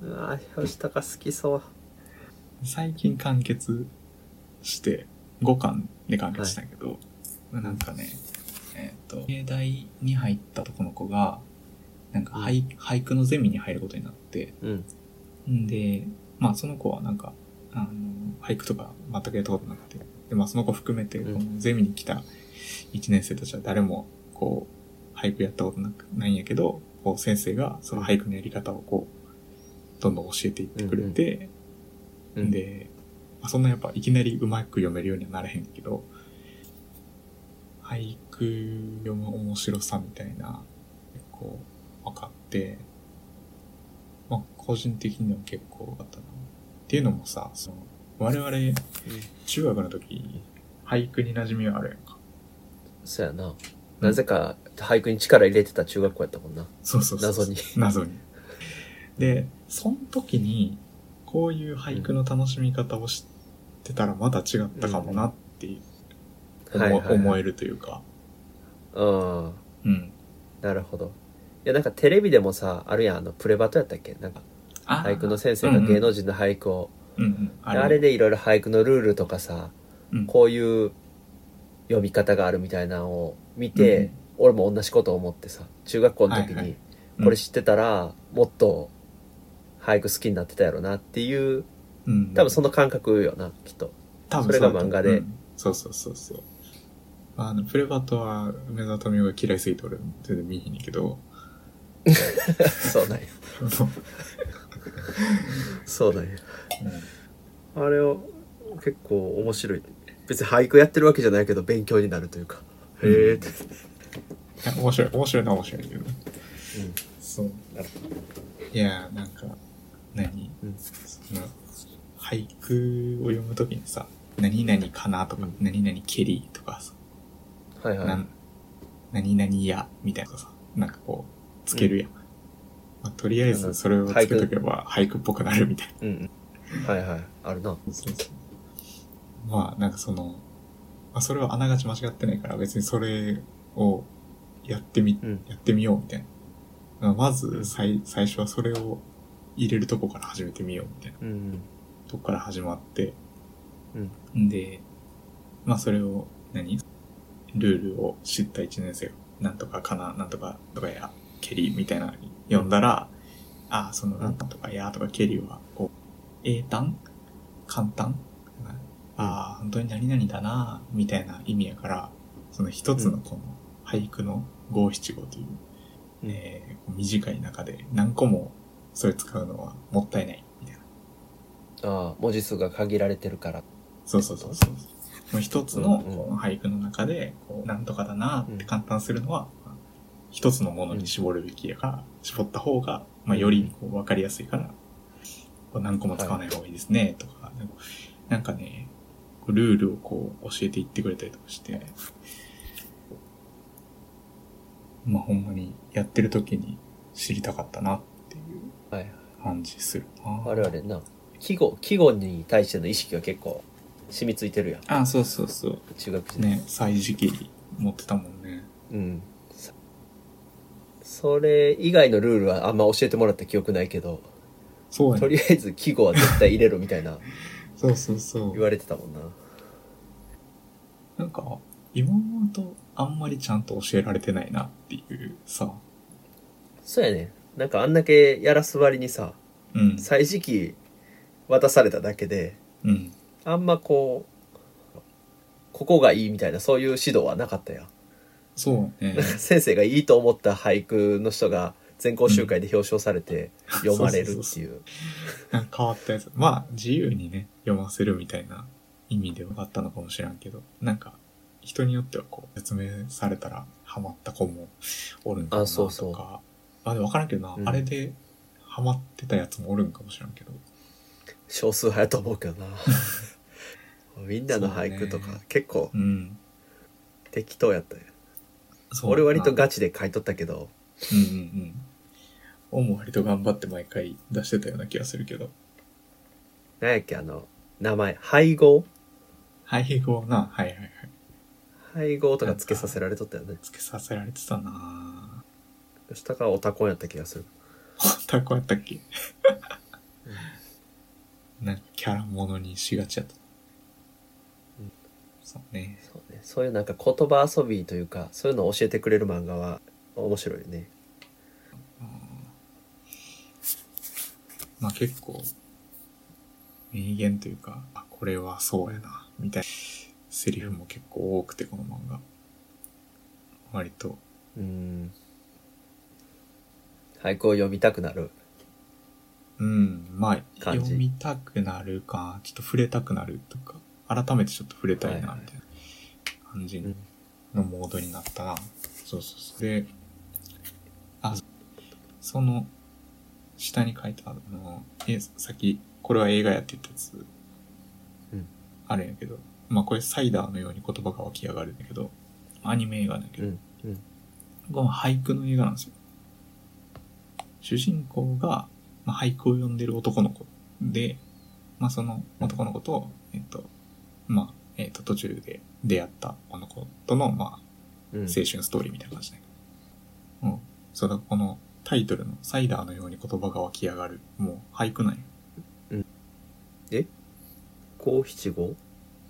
Speaker 2: けど。
Speaker 3: うわー星高好きそう
Speaker 2: 最近完結して、5巻で完結したんやけど、なんかね、えっ、と、芸大に入った男の子が、なんか俳,、俳句のゼミに入ることになって、
Speaker 3: うん
Speaker 2: んで、まあその子はなんか、あの、俳句とか全くやったことなくて、で、まあその子含めて、こ
Speaker 3: うん
Speaker 2: のゼミに来た1年生たちは誰も、こう、俳句やったことなくないんやけど、こう先生がその俳句のやり方をこう、どんどん教えていってくれて、
Speaker 3: うん
Speaker 2: で、まあそんなやっぱいきなりうまく読めるようにはなれへんけど、俳句読む面白さみたいな、こう、分かって、まあ、個人的には結構良かったな。っていうのもさ、その、我々、中学の時、俳句に馴染みはあるやんか。
Speaker 3: そうやななぜか俳句に力入れてた 中学校やったもんな
Speaker 2: そうそうそう。
Speaker 3: 謎に。
Speaker 2: 謎に。で、その時に、こういう俳句の楽しみ方を知ってたらまた違ったかもなっていう思,、
Speaker 3: はいはいはい
Speaker 2: 思えるというか。
Speaker 3: うん
Speaker 2: うん。
Speaker 3: なるほどいやなんかテレビでもさあるやんあのプレバトやったっけなんか
Speaker 2: あー
Speaker 3: 俳句の先生が芸能人の俳句を、
Speaker 2: うんうん。
Speaker 3: であれでいろいろ俳句のルールとかさ
Speaker 2: うん
Speaker 3: こういう読み方があるみたいなのを見て、
Speaker 2: うん
Speaker 3: 俺も同じこと思ってさ中学校の時に、
Speaker 2: はいはい
Speaker 3: これ知ってたらもっと俳句好きになってたやろなっていう
Speaker 2: うん
Speaker 3: 多分その感覚よなきっと
Speaker 2: 多
Speaker 3: それが漫画で
Speaker 2: うんそうそうそうそう。あの、プレバトは梅沢富美男が嫌いすぎて俺全然見ひんねんけど、
Speaker 3: そ うなんや
Speaker 2: あの
Speaker 3: そうなんやあれを結構面白い別に俳句やってるわけじゃないけど勉強になるというかへえって、
Speaker 2: いや面白い、面白いのは面白いけどね。
Speaker 3: うん
Speaker 2: そう。
Speaker 3: なる
Speaker 2: いや、なんか、何
Speaker 3: うん
Speaker 2: その、俳句を読むときにさ、何々かなとか、何々ケリーとかさ、
Speaker 3: はいはい
Speaker 2: なん何々や、みたいなのさ、なんかこう、つけるやん。まあ、とりあえずそれをつけとけば俳句っぽくなるみたいな。
Speaker 3: うんうんはいはいあるな
Speaker 2: そうそうまあ、なんかその、まあ、それはあながち間違ってないから、別にそれをやってみ、
Speaker 3: うん
Speaker 2: やってみようみたいな。まあまず
Speaker 3: ん
Speaker 2: 最、最初はそれを入れるとこから始めてみようみたいな。
Speaker 3: うん
Speaker 2: とこから始まって、、
Speaker 3: うん
Speaker 2: で、まあそれを、何ルールを知った1年生が、なんとかかな、なんとかとかや、ケリーみたいなのに読んだら、ああ、そのなんとかやとかケリーは、こう、英単簡単ああ、本当に何々だな、みたいな意味やから、その一つのこの俳句の五七五という、
Speaker 3: うん
Speaker 2: えー短い中で何個もそれ使うのはもったいない、みたいな。
Speaker 3: ああ文字数が限られてるから
Speaker 2: そうそうそうそう。もう一つの
Speaker 3: うんうん
Speaker 2: この俳句の中で、こう、なんとかだなって簡単するのは、まあ一つのものに絞るべきやから、絞った方が、まあ、よりこう分かりやすいから、こう何個も使わない方がいいですね、とか、なんかなんかね、こうルールをこう教えていってくれたりとかして、まあほんまにやってる時に知りたかったなっていう
Speaker 3: はい
Speaker 2: 感じするな。
Speaker 3: あれあれな季語季語に対しての意識は結構染みついてるやん
Speaker 2: あそうそうそう。
Speaker 3: 中学時代、
Speaker 2: ね、歳時期持ってたもんね。
Speaker 3: うんそそれ以外のルールはあんま教えてもらった記憶ないけど
Speaker 2: そうや
Speaker 3: と
Speaker 2: ね。
Speaker 3: りあえず季語は絶対入れろみたいな
Speaker 2: そうそうそう。
Speaker 3: 言われてたもんな
Speaker 2: なんか、今思うとあんまりちゃんと教えられてないなっていうさ。
Speaker 3: そうやねなんかあんだけやらす割にさ
Speaker 2: うん。
Speaker 3: 歳時期渡されただけで
Speaker 2: うん。
Speaker 3: あんまこうここがいいみたいなそういう指導はなかったやん
Speaker 2: そう ね。
Speaker 3: 先生がいいと思った俳句の人が全校集会で表彰されて読まれる
Speaker 2: そう
Speaker 3: って
Speaker 2: そう
Speaker 3: いう
Speaker 2: なんか変わったやつ。まあ、自由にね、読ませるみたいな意味ではあったのかもしらんけど、なんか、人によってはこう、説明されたらハマった子もおるんかな
Speaker 3: あ
Speaker 2: とか。
Speaker 3: そうそう
Speaker 2: まあでも分からんけどな、
Speaker 3: うん
Speaker 2: あれでハマってたやつもおるんかもしらんけど。
Speaker 3: 少数派やと思うけど なみんなの俳句
Speaker 2: そ
Speaker 3: と
Speaker 2: う
Speaker 3: か
Speaker 2: ね
Speaker 3: 結構
Speaker 2: うん。
Speaker 3: 適当やったよ、
Speaker 2: そう
Speaker 3: 俺割と
Speaker 2: まあ
Speaker 3: ガチで書いとったけど
Speaker 2: うんうんうん。オウも割と頑張って毎回出してたような気がするけど。
Speaker 3: なんやっけあの名前配合
Speaker 2: 配合な、はいはいはい。
Speaker 3: 配合とかつけさせられとったよね
Speaker 2: つけさせられてたなぁ。
Speaker 3: 下からオタコンやった気がする
Speaker 2: タコやったっけなんかキャラものにしがちやった。
Speaker 3: うん
Speaker 2: そうね。
Speaker 3: そう,、ね、そういうなんか言葉遊びというかそういうのを教えてくれる漫画は面白いよね
Speaker 2: まあ結構、名言というか、あ、これはそうやな、みたいなセリフも結構多くて、この漫画。割と、
Speaker 3: うん俳句を読みたくなる
Speaker 2: うん、まあ、
Speaker 3: 感じ
Speaker 2: 読みたくなるか、ちょっと触れたくなるとか、改めてちょっと触れたいな、
Speaker 3: はい
Speaker 2: みたいな感じのモードになったな。そうそうそう。で、あ、その、下に書いてあるの、え、さっき、これは映画やって言ったやつ、
Speaker 3: うん
Speaker 2: あるんやけど、まあこれサイダーのように言葉が湧き上がるんだけど、アニメ映画だけ
Speaker 3: う
Speaker 2: ど、
Speaker 3: んうん
Speaker 2: これは俳句の映画なんですよ。主人公が、まあ、俳句を読んでる男の子で、まあ、その男の子と、えっと、まあ、えっと、途中で出会った女の子との、まあ、
Speaker 3: うん
Speaker 2: 青春ストーリーみたいな感じね。うん。そうだ、このタイトルのサイダーのように言葉が湧き上がる。もう俳句なんよ。
Speaker 3: 五七五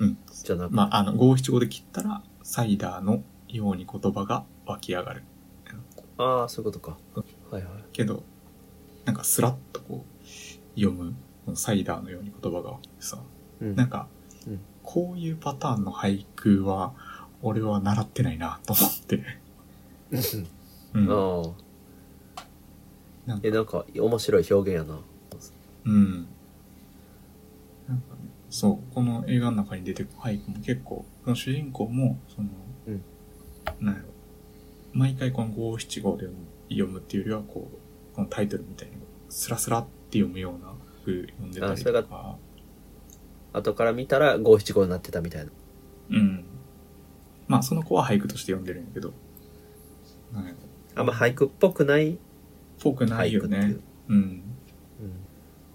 Speaker 2: うん。
Speaker 3: じゃなくて、
Speaker 2: まあ、あの、五七五で切ったら、サイダーのように言葉が湧き上がる。
Speaker 3: ああそういうことか、はいはい
Speaker 2: けど、なんかスラッとこう、読む、このサイダーのように言葉が湧きさ、
Speaker 3: うん
Speaker 2: なんか
Speaker 3: うん、
Speaker 2: こういうパターンの俳句は、俺は習ってないなと思って。うん。
Speaker 3: あ
Speaker 2: な
Speaker 3: あ
Speaker 2: んか
Speaker 3: えなんか面白い表現やな
Speaker 2: うん。なんかね、そう、この映画の中に出てくる俳句も結構、その主人公も、その、
Speaker 3: うん
Speaker 2: なんやろ、毎回この五七五で読むっていうよりは、こう、このタイトルみたいに、スラスラって読むような句読んでたり
Speaker 3: あそれ
Speaker 2: と
Speaker 3: が
Speaker 2: か、
Speaker 3: 後から見たら五七五になってたみたいな
Speaker 2: うん。まあ、その子は俳句として読んでるんやけど、なんやろ、
Speaker 3: あんま俳句っぽくない
Speaker 2: ぽくない
Speaker 3: 俳
Speaker 2: よ
Speaker 3: 句っていう
Speaker 2: ね。うん。
Speaker 3: うん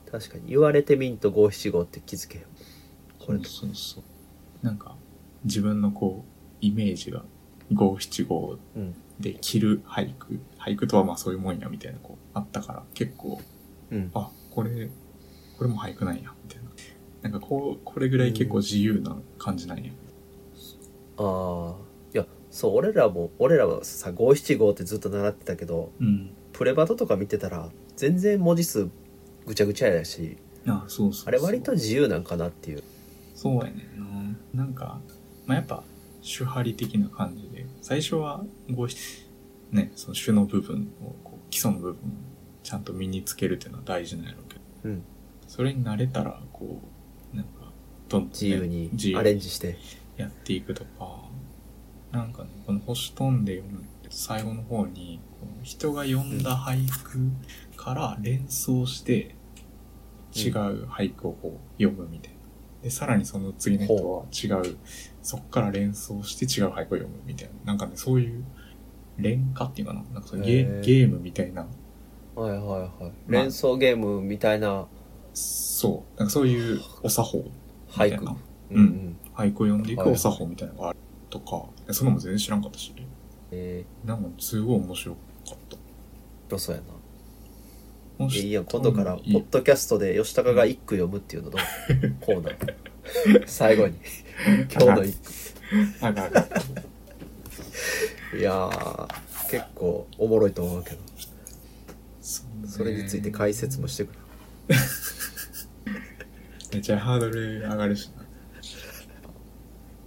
Speaker 3: 確かに言われてみんと五七五って気づけへんこれと
Speaker 2: そうそうそうなんか自分のこうイメージが五七五
Speaker 3: うん
Speaker 2: で着る俳句俳句とはまあそういうもんやみたいなこうあったから結構
Speaker 3: うん
Speaker 2: あこれこれも俳句なんやみたいななんかこうこれぐらい結構自由な感じなんや
Speaker 3: ああいやそう俺らも俺らはさ五七五ってずっと習ってたけど
Speaker 2: うん、
Speaker 3: プレバトとか見てたら全然文字数ぐちゃぐちゃやし
Speaker 2: あそうそうそう
Speaker 3: あれ割と自由なんかなっていう
Speaker 2: そうやねんななんか、まあ、やっぱ主張り的な感じで最初は五七ねその主の部分をこう基礎の部分をちゃんと身につけるっていうのは大事なんやろうけど
Speaker 3: うん
Speaker 2: それに慣れたらこうなんかどんどん、ね、
Speaker 3: 自由に
Speaker 2: 自
Speaker 3: アレ
Speaker 2: 由
Speaker 3: ン
Speaker 2: に
Speaker 3: ジして
Speaker 2: やっていくとかなんかねこの「星飛んで読む」って最後の方にこの人が読んだ俳句から連想して違う俳句をこう読むみたいな。で、さらにその次の人は違う、そこから連想して違う俳句を読むみたいな。なんかね、そういう、連歌っていうかな。なんかそういうゲ
Speaker 3: へー
Speaker 2: ゲームみたいな
Speaker 3: はいはいはい
Speaker 2: まあ
Speaker 3: 連想ゲームみたいな
Speaker 2: そう。なんかそういうお作法みたい
Speaker 3: 俳
Speaker 2: な。
Speaker 3: 句
Speaker 2: うん俳句を読んでいくお作法みたいなのがあるとか、そんなのも全然知らんかったし、
Speaker 3: え
Speaker 2: なんかすごい面白かった。
Speaker 3: ー、よそうやな
Speaker 2: も
Speaker 3: え
Speaker 2: し
Speaker 3: いいやん今度からポ
Speaker 2: いい
Speaker 3: ッドキャストで吉高が一句読むっていうのどう コーナー最後に今日の一
Speaker 2: あるある
Speaker 3: 句いやー結構おもろいと思うけど
Speaker 2: そうね
Speaker 3: それについて解説もしてくれ
Speaker 2: めっちゃハードル上がるしな。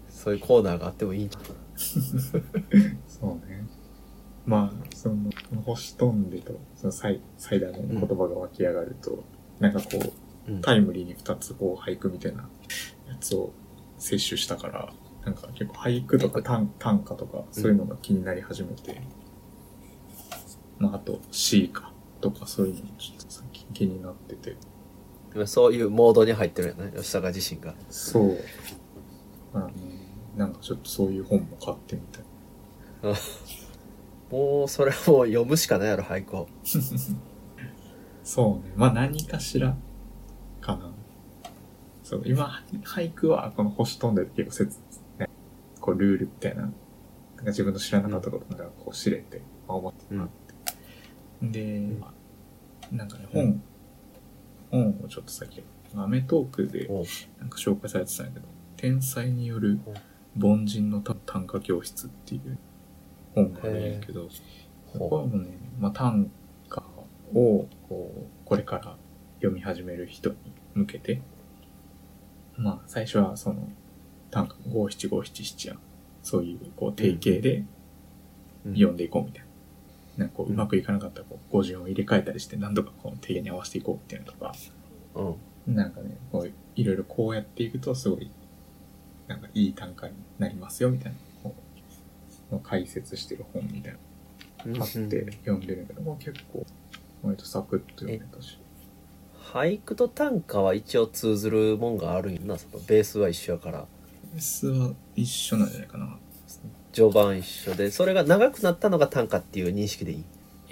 Speaker 3: そういうコーナーがあってもいいんじゃない
Speaker 2: そうね。まあ、その、星飛んでと、その最、最大の言葉が湧き上がると、なんかこ
Speaker 3: う
Speaker 2: う、
Speaker 3: ん
Speaker 2: タイムリーに二つこう、俳句みたいなやつを摂取したから、なんか結構俳句とか短短歌とか、そういうのが気になり始めて、まあ、あと、詩歌とかそういうのもちょっと最近気になってて、
Speaker 3: 今そういうモードに入ってるよね吉高自身が
Speaker 2: そう。だからね、なんかちょっとそういう本も買ってみたい。
Speaker 3: もうそれはもう読むしかないやろ俳句を
Speaker 2: そうね。まあ何かしらかな。そう、今、俳句はこの星飛んでる結構説、ね、こうルールみたいな、なんか自分の知らなかったことがこう知れて、まあ思ってもらって。で、まあなんかね、本、本をちょっと先、アメトークで
Speaker 3: おう
Speaker 2: なんか紹介されてたんやけど、天才による凡人のた短歌教室っていう本があるんやけど、ここは
Speaker 3: ほ
Speaker 2: もうね、まあ、短歌をこうこれから読み始める人に向けて、まあ、最初はその短歌五七五七七やそういうこう定型で
Speaker 3: う
Speaker 2: 読んでいこうみたいな。なんかこううまくいかなかったらこう語順を入れ替えたりして何度かこの定型に合わせていこうみたいなのとか、
Speaker 3: うん
Speaker 2: なんかね、こういろいろこうやっていくとすごい、なんかいい短歌になりますよみたいな、こう解説してる本みたいな。買って読んでるんだけど、もう結構割とサクッと読めたし
Speaker 3: 俳句と短歌は一応通ずるもんがあるんやなそのベースは一緒やから
Speaker 2: ベースは一緒なんじゃないかな
Speaker 3: 序盤一緒でそれが長くなったのが短歌っていう認識でいい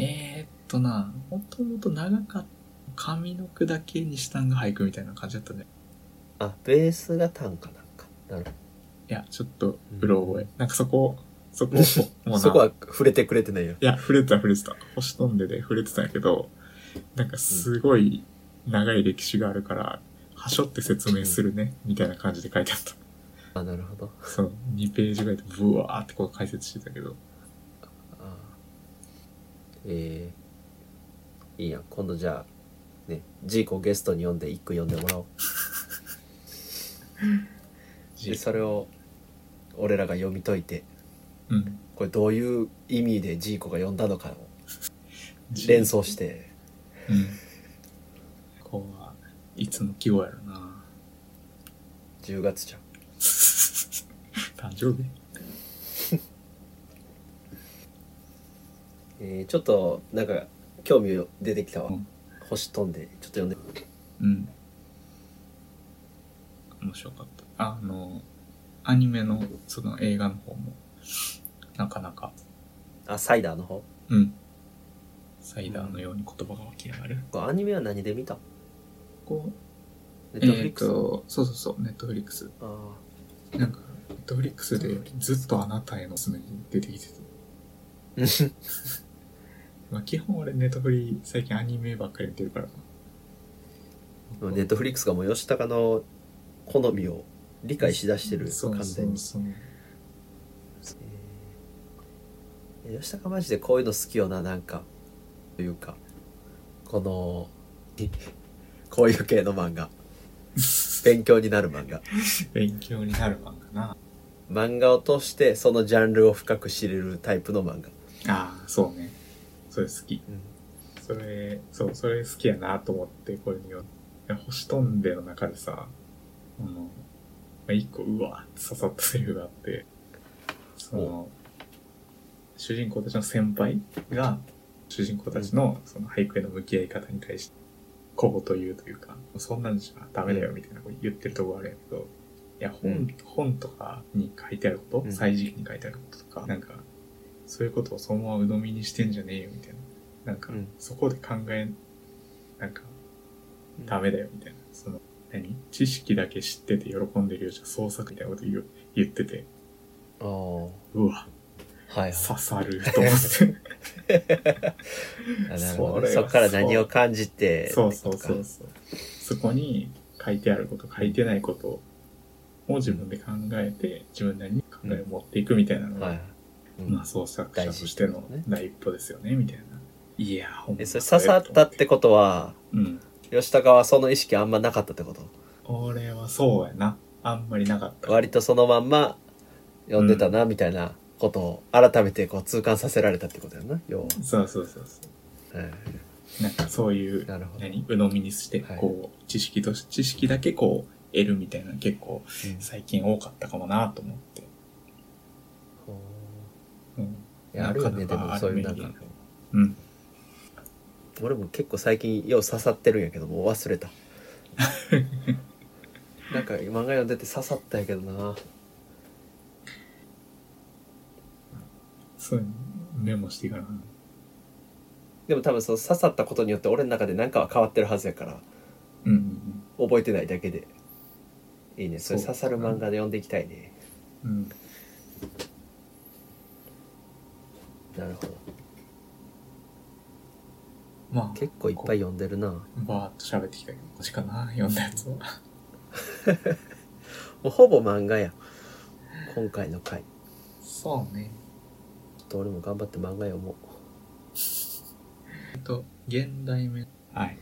Speaker 2: えー、っとなもともと長かっ上の句だけにしたんが俳句みたいな感じだったね。
Speaker 3: あベースが短歌なんかなるほ
Speaker 2: いや、ちょっと、うろ覚え。なんかそこ、そこ、もう
Speaker 3: ど
Speaker 2: な
Speaker 3: そこは触れてくれてないよ
Speaker 2: いや、触れてた触れてた。星飛んでで触れてたんやけど、なんかすごい長い歴史があるから、はしょって説明するね、みたいな 感じで書いてあっ
Speaker 3: あなるほど
Speaker 2: た。その2ページぐらいでブワーってこう解説してたけど、
Speaker 3: あえー、いいやん今度じゃあねジーコをゲストに呼んで一句読ん でもらおうでそれを俺らが読み解いて
Speaker 2: うん。
Speaker 3: これどういう意味でジーコが読んだのかを連想して
Speaker 2: うん。こうはいつの季語やろな。
Speaker 3: 10月じゃん
Speaker 2: 誕生日
Speaker 3: えーちょっとなんか興味出てきたわ、
Speaker 2: うん
Speaker 3: 星飛んでちょっと読んで
Speaker 2: うん。面白かった。あの、アニメの、その映画の方も、なかなか、
Speaker 3: あサイダーの方
Speaker 2: うん。サイダーのように言葉が湧き上がる。
Speaker 3: これアニメは何で見た
Speaker 2: こ
Speaker 3: ネ
Speaker 2: う、
Speaker 3: ットフリックス、
Speaker 2: えーと、そうそうそう、ネットフリックス。
Speaker 3: あ
Speaker 2: なんか、ネットフリックスでずっとあなたへのおすすめに出てきてて。
Speaker 3: ー
Speaker 2: まあ、基本俺ネットフリ最近アニメばっかり見てるから。
Speaker 3: ネットフリックスがもう吉高の好みを理解しだしてる
Speaker 2: そう
Speaker 3: 完
Speaker 2: そ
Speaker 3: 全
Speaker 2: う
Speaker 3: に
Speaker 2: そう。
Speaker 3: えー吉高マジでこういうの好きよななんかというかこの こういう系の 漫画勉強になる漫画
Speaker 2: 勉強になる漫画な。
Speaker 3: 漫画を通してそのジャンルを深く知れるタイプの漫画、
Speaker 2: ああ、そうね。それ好き。それ、そう、それ好きやなと思って、これによいや星飛んでの中でさ、あの、まあ一個、うわーって刺さったセリフがあって、その、主人公たちの先輩が、主人公たちの、その俳句への向き合い方に対して、こうというというか、そんなんじゃダメだよみたいなこと言ってるとこあるんやけど、いや、本、
Speaker 3: うん
Speaker 2: 本とかに書いてあること、
Speaker 3: うん
Speaker 2: 歳時記に書いてあることとか、なんか、そういうことをそのまま鵜呑みにしてんじゃねえよみたいな。なんか、
Speaker 3: うん
Speaker 2: そこで考え、なんか、ダメだよみたいな。その、何知識だけ知ってて喜んでるよじゃ創作みたいなこと言う言ってて、
Speaker 3: ああは
Speaker 2: うわ、
Speaker 3: いはい
Speaker 2: 刺さると思 って。
Speaker 3: あなるほ
Speaker 2: それ
Speaker 3: ど
Speaker 2: は
Speaker 3: そっから何を感じて
Speaker 2: そうそう
Speaker 3: って
Speaker 2: そ
Speaker 3: ことか
Speaker 2: うそう。そこに書いてあること、書いてないことを自分で考えて、自分なりに考えを持っていくみたいなのが、
Speaker 3: はいはい、うん
Speaker 2: まあ創作者としての第一歩ですよね、みたいな。いやー、ほんま
Speaker 3: えそれ刺さったってことは
Speaker 2: うん。
Speaker 3: 吉高はその意識あんまなかったってこと
Speaker 2: 俺はそうやな。あんまりなかった。
Speaker 3: 割とそのまんま読んでたなみたいなことを改めてこう痛感させられたってことやな要は、
Speaker 2: そうそうそうそ
Speaker 3: え
Speaker 2: う。なんかそういう
Speaker 3: え、なるほど、
Speaker 2: 何鵜呑みにして、
Speaker 3: はい
Speaker 2: こう、知識とし、知識だけこう、得るみたいな結構
Speaker 3: うん
Speaker 2: 最近多かったかもなと思って。
Speaker 3: ほ
Speaker 2: うん。
Speaker 3: ういやあるよね
Speaker 2: なか
Speaker 3: で
Speaker 2: なか
Speaker 3: もそういうなん
Speaker 2: あ
Speaker 3: か
Speaker 2: るうん。
Speaker 3: 俺も結構最近よう刺さってるんやけどもう忘 れたなんか漫画読んでて刺さったんやけどな
Speaker 2: そういうのメモしていかな。
Speaker 3: でも多分その刺さったことによって俺の中で何かは変わってるはずやから
Speaker 2: うんうん
Speaker 3: 覚えてないだけでいいねそれ
Speaker 2: そう
Speaker 3: 刺さる漫画で読んでいきたいね
Speaker 2: うん。うん。
Speaker 3: なるほど
Speaker 2: まあ、
Speaker 3: 結構いっぱい読んでるなも
Speaker 2: バーっと喋ってきたけど、こっちか な、読んだやつは。
Speaker 3: うほぼ漫画や今回の回
Speaker 2: そうね。
Speaker 3: ちょっと俺も頑張って漫画読もう
Speaker 2: えっと、現代面。はい。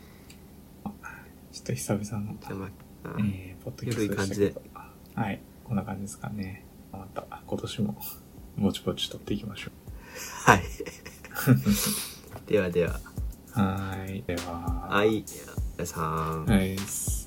Speaker 2: あちょっと久々の、
Speaker 3: じゃあまああ
Speaker 2: えー、ポッドキャストしたけ
Speaker 3: 緩い
Speaker 2: ど。はい。こんな感じですかね。また、今年も、ぼちぼち撮っていきましょう。
Speaker 3: はい ではでは
Speaker 2: はーい。では。
Speaker 3: はい皆さん
Speaker 2: はいっす。